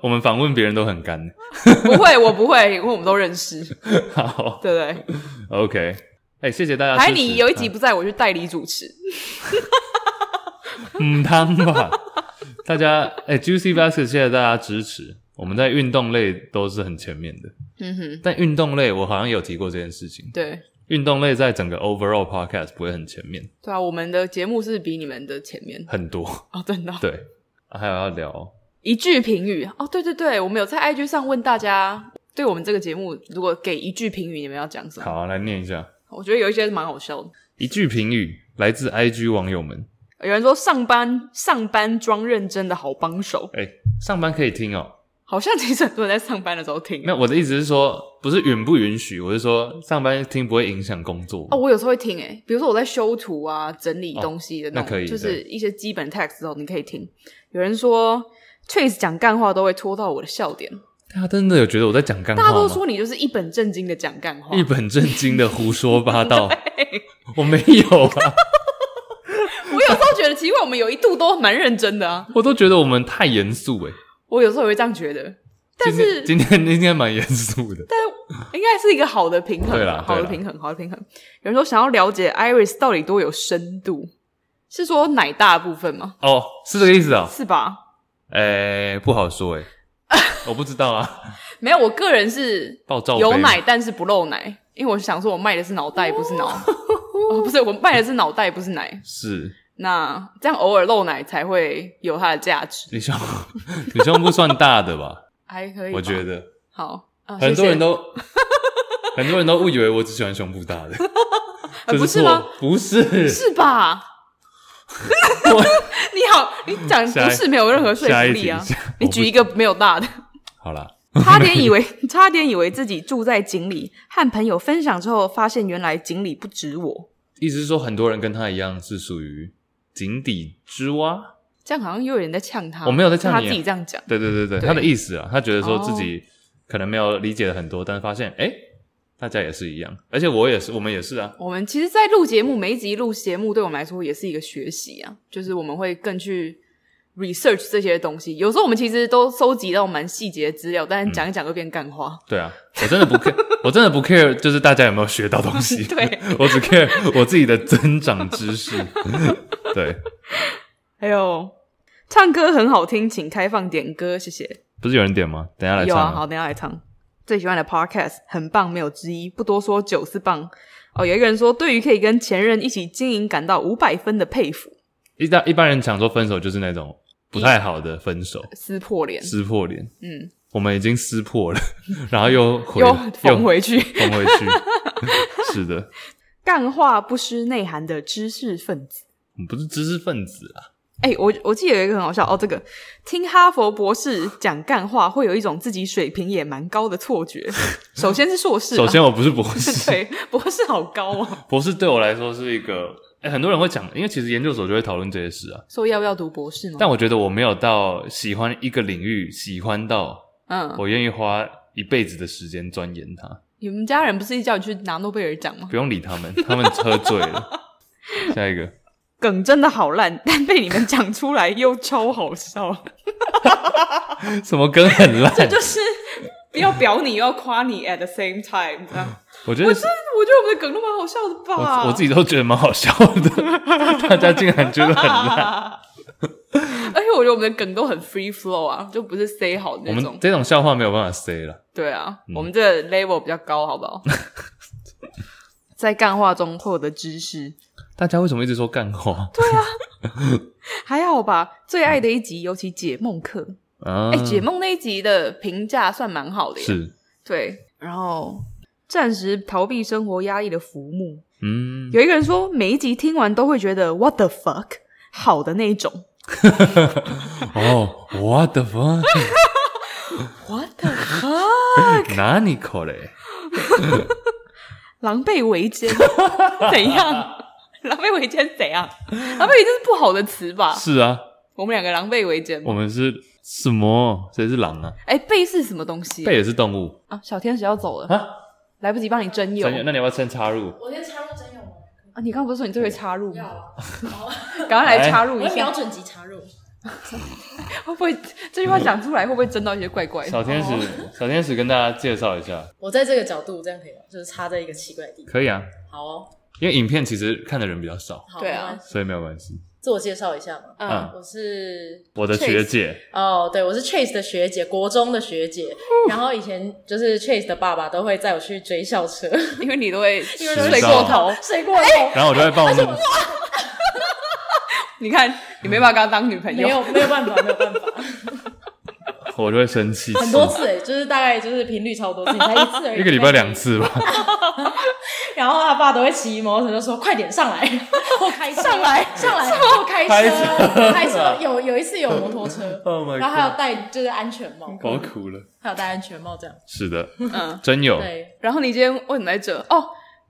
S1: 我们访问别人都很干。
S2: 不会，我不会，因为我们都认识，
S1: 好
S2: 对不对？
S1: ，OK，哎、谢谢大家支持。
S2: 还有你有一集不在，我去代理主持。
S1: 嗯汤吧，大家哎、j u i c y Basket，谢谢大家支持。我们在运动类都是很前面的，
S2: 嗯哼，
S1: 但运动类我好像有提过这件事情。
S2: 对
S1: 运动类在整个 overall podcast 不会很前面，
S2: 对啊，我们的节目是比你们的前面
S1: 很多。
S2: 哦，真的哦、
S1: 对，还有要聊，
S2: 一句评语哦，对对对，我们有在 IG 上问大家，对我们这个节目如果给一句评语，你们要讲什么？
S1: 好、啊，来念一下。
S2: 我觉得有一些是蛮好笑的。
S1: 一句评语来自 IG 网友们，
S2: 有人说上班上班装认真的好帮手，
S1: 哎、上班可以听哦。
S2: 好像其实很多人在上班的时候听。
S1: 没有，我的意思是说，不是允不允许，我是说上班听不会影响工作。
S2: 哦，我有时候会听诶、比如说我在修图啊、整理东西的
S1: 嗯那
S2: 种，
S1: 可以
S2: 就是一些基本 text 之后，你可以听。有人说 Trace 讲干话都会戳到我的笑点，
S1: 大家真的有觉得我在讲干话
S2: 大
S1: 吗？
S2: 家 都说你就是一本正经的讲干话
S1: 一，本正经的胡说八 道，我没有啊，
S2: 我有时候觉得奇怪，我们有一度都蛮认真的啊，
S1: 我都觉得我们太严肃哎。
S2: 我有时候也会这样觉得，但是
S1: 今天今天应该蛮严肃的，
S2: 应该是一个好的平衡
S1: 对
S2: 吧，
S1: 啦
S2: 好的
S1: 对啦
S2: 平衡，好的平衡。有人说想要了解 Iris 到底多有深度，是说奶大的部分吗？
S1: 哦，是这个意思啊、哦？
S2: 是吧？
S1: 哎、不好说哎，我不知道 啊，
S2: 没有，我个人是
S1: 爆照杯
S2: 有奶，但是不漏奶，因为我想说我卖的是脑袋，不是脑，哦，不是我卖的是脑袋，不是奶。
S1: 是
S2: 那这样偶尔漏奶才会有它的价值，
S1: 你胸你胸部算大的 吧？
S2: 还可以吧。
S1: 我觉得
S2: 哎好，啊、
S1: 很多人
S2: 都
S1: 都很多人都误以为我只喜欢胸部大的，这
S2: 不是
S1: 错
S2: 吗？
S1: 不是，
S2: 是吧？
S1: 我
S2: 你好，你讲
S1: 下一
S2: 不是没有任何说
S1: 下
S2: 服
S1: 一
S2: 力啊
S1: 题下！
S2: 你举一个没有大的，
S1: 好啦，
S2: 差点以为差点以为自己住在井里，和朋友分享之后，发现原来井里不止我。
S1: 意思是说很多人跟他一样是属于井底之蛙。
S2: 这样好像又有人在呛他，
S1: 我没有在呛你啊
S2: 是他自己这样讲。
S1: 对对对对，
S2: 对哦
S1: 他的意思啊，他觉得说自己可能没有理解的很多，但是发现哎，诶大家也是一样，而且我也是，我们也是啊，
S2: 我们其实，在录节目，每一集录节目，对我们来说也是一个学习啊，就是我们会更去 research 这些东西。有时候我们其实都收集到蛮细节的资料，但是讲一讲就变干话。
S1: 对啊，我真的不 care，我真的不 care，就是大家有没有学到东西，
S2: 对，
S1: 我只 care 我自己的增长知识，对，
S2: 还有，唱歌很好听，请开放点歌，谢谢。
S1: 不是有人点吗？等一下来
S2: 有
S1: 唱
S2: 啊，
S1: 啊、
S2: 好，等一下来唱。最喜欢的 podcast 很棒，没有之一，不多说，九是棒。哦，有一个人说，对于可以跟前任一起经营感到五百分的佩服，
S1: 一大一般人想说分手就是那种不太好的分手，
S2: 撕破脸，
S1: 撕破脸，
S2: 嗯，
S1: 我们已经撕破了， 然后又回
S2: 又 缝回去，
S1: 缝回去， 是的，
S2: 干话不失内涵的知识分子。
S1: 我们不是知识分子啊，
S2: 哎、我我记得有一个很好笑哦，这个听哈佛博士讲干话，会有一种自己水平也蛮高的 错觉。首先是硕士嘛，
S1: 首先我不是博士，
S2: 对博士好高哦，
S1: 博士对我来说是一个，哎、很多人会讲，因为其实研究所就会讨论这些事啊。
S2: 说要不要读博士吗？
S1: 但我觉得我没有到喜欢一个领域，喜欢到
S2: 嗯，
S1: 我愿意花一辈子的时间钻研它，
S2: 你们家人不是一直叫你去拿诺贝尔奖吗？
S1: 不用理他 们，他们喝醉了。下一个，
S2: 梗真的好烂， 但被你们讲出来又超好笑。
S1: 什么梗很烂？
S2: 就是不要表你，又要夸你，at the same time，这样。
S1: 我觉得是
S2: 我觉得我们的梗都蛮好笑的吧。
S1: 我我自己都觉得蛮好笑 的，大家竟然觉得很烂。
S2: 啊。而且我觉得我们的梗都很 free flow 啊，就不是 say 好的
S1: 我
S2: 那
S1: 们嗯
S2: 种。
S1: 这种笑话没有办法 say 了。
S2: 对啊，我们这个 level 比较高，好不 好？在干话中获得知识，
S1: 大家为什么一直说干话？
S2: 还好吧？最爱的一集，尤其解梦课，
S1: 啊
S2: 哎、，解梦那一集的评价算蛮好的耶。
S1: 是，
S2: 对，然后暂时逃避生活压力的浮木。
S1: 嗯，
S2: 有一个人说，每一集听完都会觉得 “what the fuck” 好的那一种
S1: 哦，what the fuck？
S2: ，“what the fuck”
S1: 哪里口嘞？
S2: 狼狈为奸， 怎样？狼狈为奸怎样？狼狈为奸是不好的词吧？
S1: 是啊，
S2: 我们两个狼狈为奸。
S1: 我们是什么？谁是狼啊？
S2: 哎，贝是什么东西？
S1: 贝也是动物
S2: 啊，小天使要走了，
S1: 啊？
S2: 来不及帮你征友
S1: 陈友，那你要不要先插入？
S3: 我先插入真友吗？
S2: 啊！你刚不是说你最会插入
S3: 要哎
S2: 吗？
S3: 啊，好啊，
S2: 赶快来插入
S3: 我
S2: 一
S3: 会瞄
S2: 下，
S3: 准级插入。
S2: 会不会这句话讲出来会不会真到一些怪怪的？哦
S1: 小天使，小天使跟大家介绍一下，
S3: 我在这个角度，这样可以吗？就是插在一个奇怪的地方。
S1: 可以啊，
S3: 好哦，
S1: 因为影片其实看的人比较少，
S3: 好，
S2: 对啊
S3: 没关系，
S1: 所以没有关系。
S3: 自我介绍一下嘛。
S2: 啊
S1: 嗯
S3: 我是
S1: 我的
S3: Chase
S1: 学姐，
S3: 哦，对，我是 Chase 的学姐，国中的学姐。然后以前就是 Chase 的爸爸都会载我去追校 车，哎
S2: 因为你都会
S1: 都
S2: 睡过头，
S3: 睡过头，
S1: 然后我就会帮我们，
S2: 你看你没办法跟他当女朋
S3: 没
S2: 友，
S3: 有没有办法，没有办法，
S1: 我就会生气，
S3: 欸很多次哎，就是大概就是频率超多次，才一次而已。
S1: 一个礼拜两次吧。
S3: 然后他爸都会骑摩托车，就说快点 上来，或开车上来上来，或开
S1: 开车
S3: 车开 车。有有一次有摩托车，
S1: Oh my
S3: 然后还有戴就是安全帽，
S1: 我苦了。
S3: 还有戴安全帽这样。
S1: 是的，
S2: 嗯，
S1: 真有
S3: 对，
S2: 然后你今天为什么在这？哦，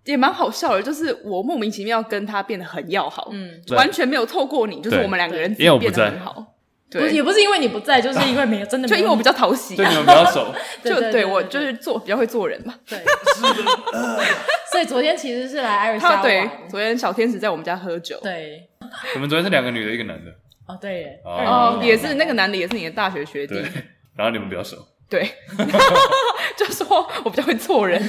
S2: 也蛮好笑的，就是我莫名其妙跟他变得很要好，
S3: 嗯，
S1: 对
S2: 完全没有透过你，就是
S1: 对
S2: 我们两个人自
S1: 因为我
S2: 己
S1: 不
S2: 变得
S1: 在
S2: 很好。
S3: 不是
S2: 对，
S3: 也不是因为你不在，就是因为没有真的没
S2: 就
S3: 有你，
S2: 因为我比较讨喜
S1: 对
S2: 啊，
S1: 你们比较熟。
S3: 对
S2: 就
S3: 对
S2: 对
S3: 对
S2: 我
S3: 对
S2: 就是做比较会做人嘛。
S3: 对，所以昨天其实是来艾瑞
S2: 他
S3: 莎
S2: 对
S3: 玩，
S2: 昨天小天使在我们家喝酒，
S3: 对，
S1: 你们昨天是两个女的，一个男的，
S3: 哦对耶，
S1: 哦
S3: 二
S2: 哦
S3: 零，一
S2: 也是那个男的也是你的大学学弟
S1: 对，。然后你们比较熟，
S2: 对， 就说我比较会做人。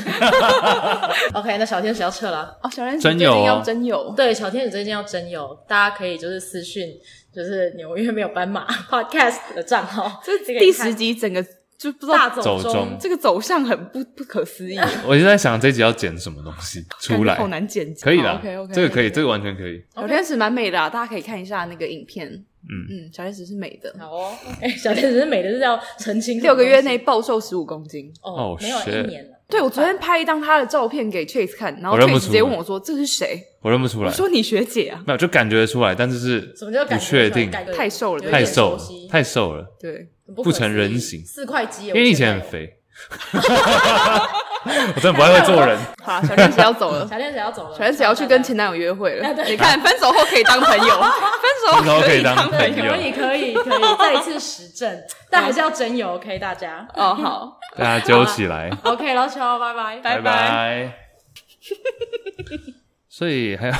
S3: OK，那小天使要撤了。
S2: 哦，小天使
S1: 真
S2: 最
S1: 有
S2: 近要
S1: 哦
S2: 真有，
S3: 对，小天使最近要征友，大家可以就是私讯，就是纽约没有斑马 Podcast 的账号，
S2: 这
S3: 这个
S2: 第
S3: 你看
S2: 十集整个就不知
S3: 大
S2: 道
S3: 走
S1: 走
S3: 中
S1: 中
S2: 这个走向很不不可思议，
S1: 我就在想这集要剪什么东西出
S2: 感觉好
S1: 来，
S2: 难剪辑。哦
S1: 可以的
S2: OK OK，，
S1: 这个可以，这个完全可以。
S2: 小天使蛮美的啊，大家可以看一下那个影片。嗯嗯，小天使是美的，
S3: 好哦。哎、小天使是美的是要澄清什么
S2: 六个月
S3: 东西
S2: 内暴瘦十五公斤。
S3: 哦
S1: 哦，
S3: 没有一
S1: shit
S3: 年了。
S2: 对，我昨天拍一张他的照片给 Chase 看，然后
S1: 我认不
S2: Chase
S1: 出
S2: 直接
S1: 来
S2: 问我说：“这是谁
S1: 我认不出？”
S2: 我
S1: 来，
S2: 说：“你学姐啊。
S1: 没有就感觉得出来，但是是
S3: 什么叫
S1: 不
S3: 感觉
S1: 确
S3: 出来
S1: 定，
S3: 感觉
S2: 太瘦了
S3: 有一
S1: 太瘦
S3: 点熟
S1: 了
S3: 悉，
S1: 太瘦了，”
S2: 对，
S3: 很不
S1: 不
S3: 可
S1: 成
S3: 思
S1: 人
S3: 议
S1: 形
S3: 四块肌，
S1: 因为你以前很。肥，我真的不太会做人。
S2: 好啦，小天使要走了
S3: 我现在有。小天使要走了，
S2: 小天使要去跟前男友约会了
S3: 啊。对
S2: 你看，分手后可以当朋 友，分
S1: 分手
S2: 手
S1: 后
S2: 可
S1: 可
S2: 以
S1: 以当
S2: 当
S1: 朋
S2: 朋
S1: 友
S2: 友。
S3: 可以可以可以，再一次实证，但还是要真有 OK 大家
S2: 哦，好，
S1: 大家揪起来，
S3: OK 老乔，拜拜
S2: 拜
S1: 拜拜。所以还有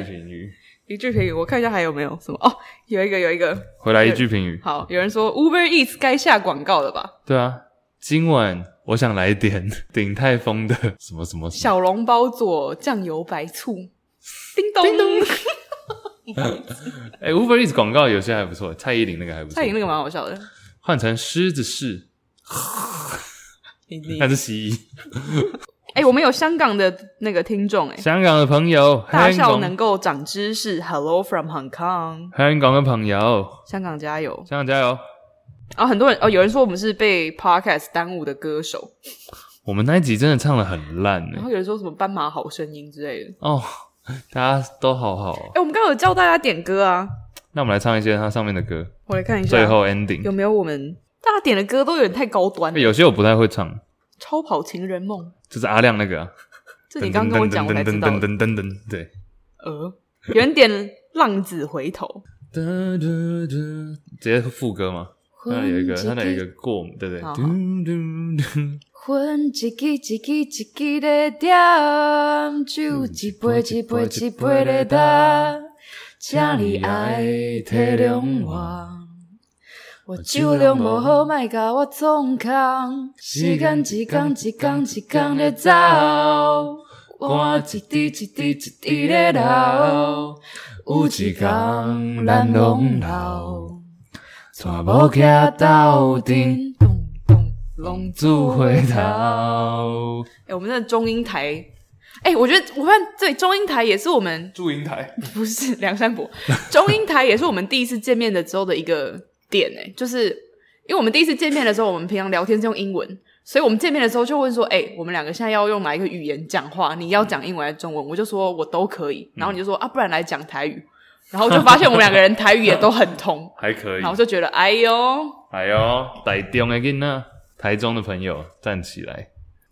S1: 一 句评语，
S2: 一句评语，我看一下还有没有什么哦，有一个有一个，
S1: 回来一句评语。
S2: 好，有人说 Uber Eats 该下广告了吧？
S1: 对啊，今晚我想来点 鼎泰丰的什么什么什么
S2: 小笼包佐酱油白醋，叮咚叮咚，
S1: 哎、u b e r Eats 广告有些还不错，蔡依林那个还不错。
S2: 蔡颖那个蛮好笑的，
S1: 换成狮子是，
S2: 你你
S1: 那是蜥蜴。
S2: 哎、我们有香港的那个听众哎、
S1: 香港的朋友，
S2: 大笑
S1: 香
S2: 能够长知识，Hello from Hong Kong，
S1: 港香港的朋友，
S2: 香港加油！
S1: 香港加油！
S2: 啊、很多人哦，有人说我们是被 Podcast 耽误的歌手，
S1: 我们那一集真的唱的很烂哎、
S2: 然后有人说什么斑马好声音之类的。
S1: 哦，大家都好好、哦
S2: 哎、。我们刚刚有教大家点歌啊，
S1: 那我们来唱一些它上面的歌，
S2: 我来看一下，
S1: 最后 ending。
S2: 有没有我们大家点的歌都有点太高端了
S1: 欸。有些我不太会唱，
S2: 超跑情人梦，
S1: 就是阿亮那个、啊。
S2: 这你刚跟我讲，我才知道的。
S1: 噔噔噔，对。
S2: 呃，有人点浪子回头，
S1: 哒哒哒，直接副歌吗？那有一个，它那有一个过，对不对？
S2: 好好
S1: 嘟嘟嘟。
S2: 分一支一支一支的点，酒一杯一杯一杯的干，请你爱体谅我。我酒量无好，莫甲我创空。时间一天一天一天的走，我一滴一滴一滴的流，有一天咱拢老。
S1: 大步徛到顶，
S2: 叮咚咚，龙
S1: 主回。头。
S2: 哎、我们那中英台，哎、我觉得我发现对中英台也是我们
S1: 祝英台，，
S2: 不是梁山伯，中英台也是我们第一次见面的时候的一个点、哎，就是因为我们第一次见面的时候，我们平常聊天是用英文。所以我们见面的时候就问说，哎、我们两个现在要用哪一个语言讲话？你要讲英文还是中文？我就说我都可以，然后你就说啊，不然来讲台语。然后就发现我们两个人台语也都很通
S1: 还可以
S2: 然。后就觉得，哎呦，
S1: 哎呦，台中的囡仔，台中的朋友站起来！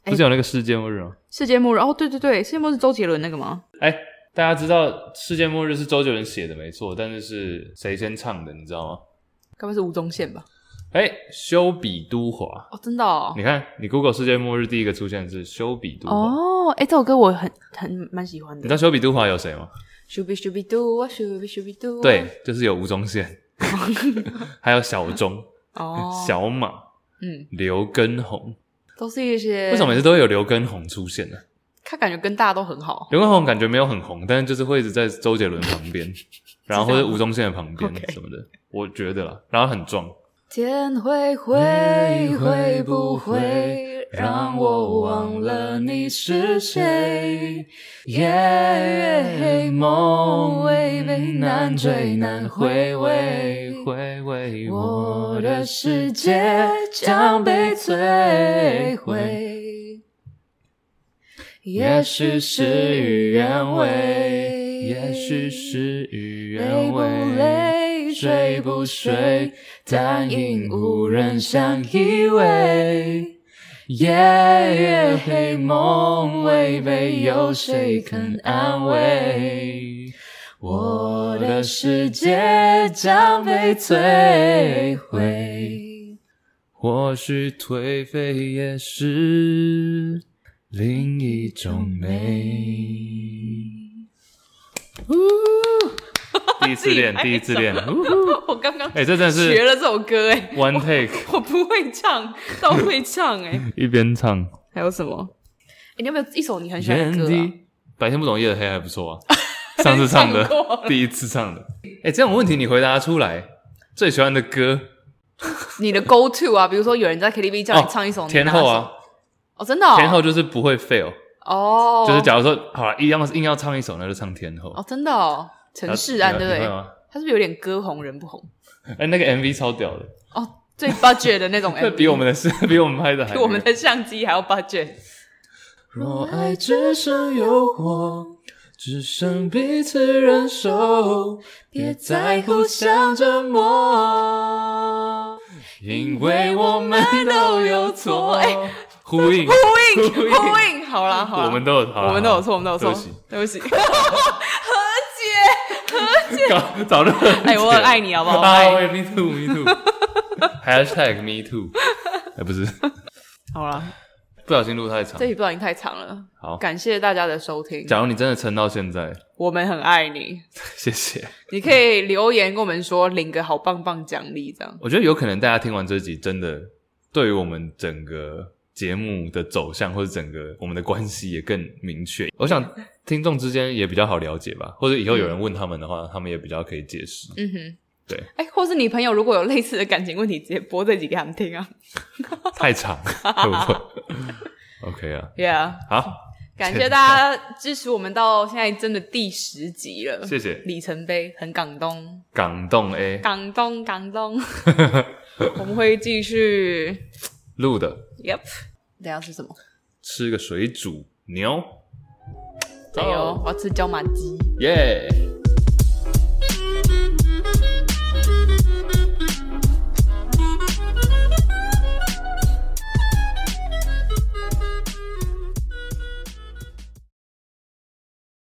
S2: 哎
S1: 不是有那个世界末日吗？
S2: 世界末日哦，对对对，世界末日是周杰伦那个 吗？
S1: 哎、大家知道世界末日是周杰伦写的没错，但是是谁先唱的，你知道吗？
S2: 该不会是吴宗宪吧？
S1: 哎、修比都华。
S2: 哦哦，真的哦
S1: 你。看，你 Google 世界末日第一个出现的是修比都华。
S2: 哦，哎、这首歌我很很蛮喜欢
S1: 你知
S2: 的
S1: 道。修比都华有谁吗？
S2: s h o o b i s h o o b i do 啊 s h o o b i s h o o b i do。，
S1: 对，就是有吴宗 宪，还有小钟、
S2: 哦，
S1: 小马、
S2: 嗯，
S1: 刘根红。
S2: 都是一些
S1: 为什么每次都会有刘根红出现呢、
S2: 他感觉跟大家都很好？
S1: 刘畊宏感觉没有很红，但是就是会一直在周杰伦旁边，然后或者吴宗宪的旁边
S2: OK
S1: 什么的我觉得啦。然后很壮，
S2: 天会
S1: 会
S2: 会
S1: 会
S2: 会
S1: 不
S2: 不
S1: 会
S2: 会
S1: 让
S2: 让
S1: 我
S2: 我
S1: 忘
S2: 忘
S1: 了
S2: 了
S1: 你
S2: 你
S1: 是
S2: 是
S1: 谁
S2: 谁？
S1: 夜
S2: 夜
S1: 月
S2: 月
S1: 梦
S2: 梦
S1: 为为
S2: 为为
S1: 难
S2: 难
S1: 追
S2: 追
S1: 难
S2: 难
S1: 回
S2: 回
S1: 味
S2: 味
S1: 回味我
S2: 我
S1: 的
S2: 的
S1: 世
S2: 世
S1: 界
S2: 界
S1: 将
S2: 将
S1: 被
S2: 被
S1: 摧
S2: 摧
S1: 毁。
S2: 毁。
S1: 也许事与愿违，也许事与愿违。睡不睡，但因无人相依偎。夜越黑，梦违背，有谁肯安慰？我的世界将被摧毁，或许颓废也是另一种美。 第一次 练，第一次练，呜呼
S2: 我刚刚
S1: 哎、这真的是
S2: 哎学了这首歌哎，
S1: one take，
S2: 我不会唱，但我会唱 哎。
S1: 一边唱。
S2: 还有什么？哎，你有没有一首你很喜欢
S1: 原
S2: 的歌啊？
S1: 地白天不懂夜的黑还不错啊， 上次唱的，
S2: 唱过了
S1: 第一次唱的。哎、这种问题你回答出来，最喜欢的歌
S2: 你的 go to 啊，比如说有人在 KTV 叫你唱一首，
S1: 天哦后啊，
S2: 你拿什么，哦，真的哦，
S1: 天后就是不会 fail，、
S2: 哦，
S1: 就是假如说好了，硬要硬要唱一首，那就唱天后。
S2: 哦，真的哦，陈势安
S1: 你会
S2: 对不对
S1: 你会？吗？
S2: 他是不是有点歌红人不红？
S1: 哎、那个 MV 超屌的，
S2: 哦，最 budget 的 那种 MV，
S1: 那比我们的是比我们拍的还
S2: 比我们
S1: 厉害
S2: 的相机还要 budget。
S1: 若爱只剩诱惑，只剩彼此忍受，别再互相折磨，因为我们都有错。
S2: 哎
S1: 呼应，
S2: 呼应
S1: 呼应
S2: 呼应，好啦好啦，
S1: 嗯我们都有，好啦
S2: 我们都有错，我们都有
S1: 对
S2: 错
S1: 不起，
S2: 对 不起，和解。
S1: 搞早就
S2: 哎 我很爱你好不好我
S1: 啊
S2: 爱你
S1: 我也 me too me too hashtag me too，哎不是，
S2: 好啦，
S1: 不小心录太长
S2: 这。集不小心太长了，
S1: 好
S2: 感谢大家的收听，
S1: 假如你真的撑到现在，
S2: 我们很爱你，
S1: 谢谢。
S2: 你可以留言跟我们说领个好棒棒奖励这样。
S1: 我觉得有可能大家听完这集，真的对于我们整个节目的走向，或者整个我们的关系也更明确。我想听众之间也比较好了解吧，或者以后有人问他们的话，他们也比较可以解释。
S2: 嗯哼，
S1: 对，
S2: 哎、或是你朋友如果有类似的感情问题，直接播这集给他们听啊。
S1: 太长会不会？OK 啊，
S2: Yeah，
S1: 好，
S2: 感谢大家支持我们到现在真的第十集了，
S1: 谢谢
S2: 里程碑，很感动，
S1: 港动 A
S2: 感动，感动。 我们会继续
S1: 录的，
S2: ，Yep，等一下吃什么？
S1: 吃个水煮牛，
S2: 哎呦，我要吃椒麻鸡。
S1: 耶。Yeah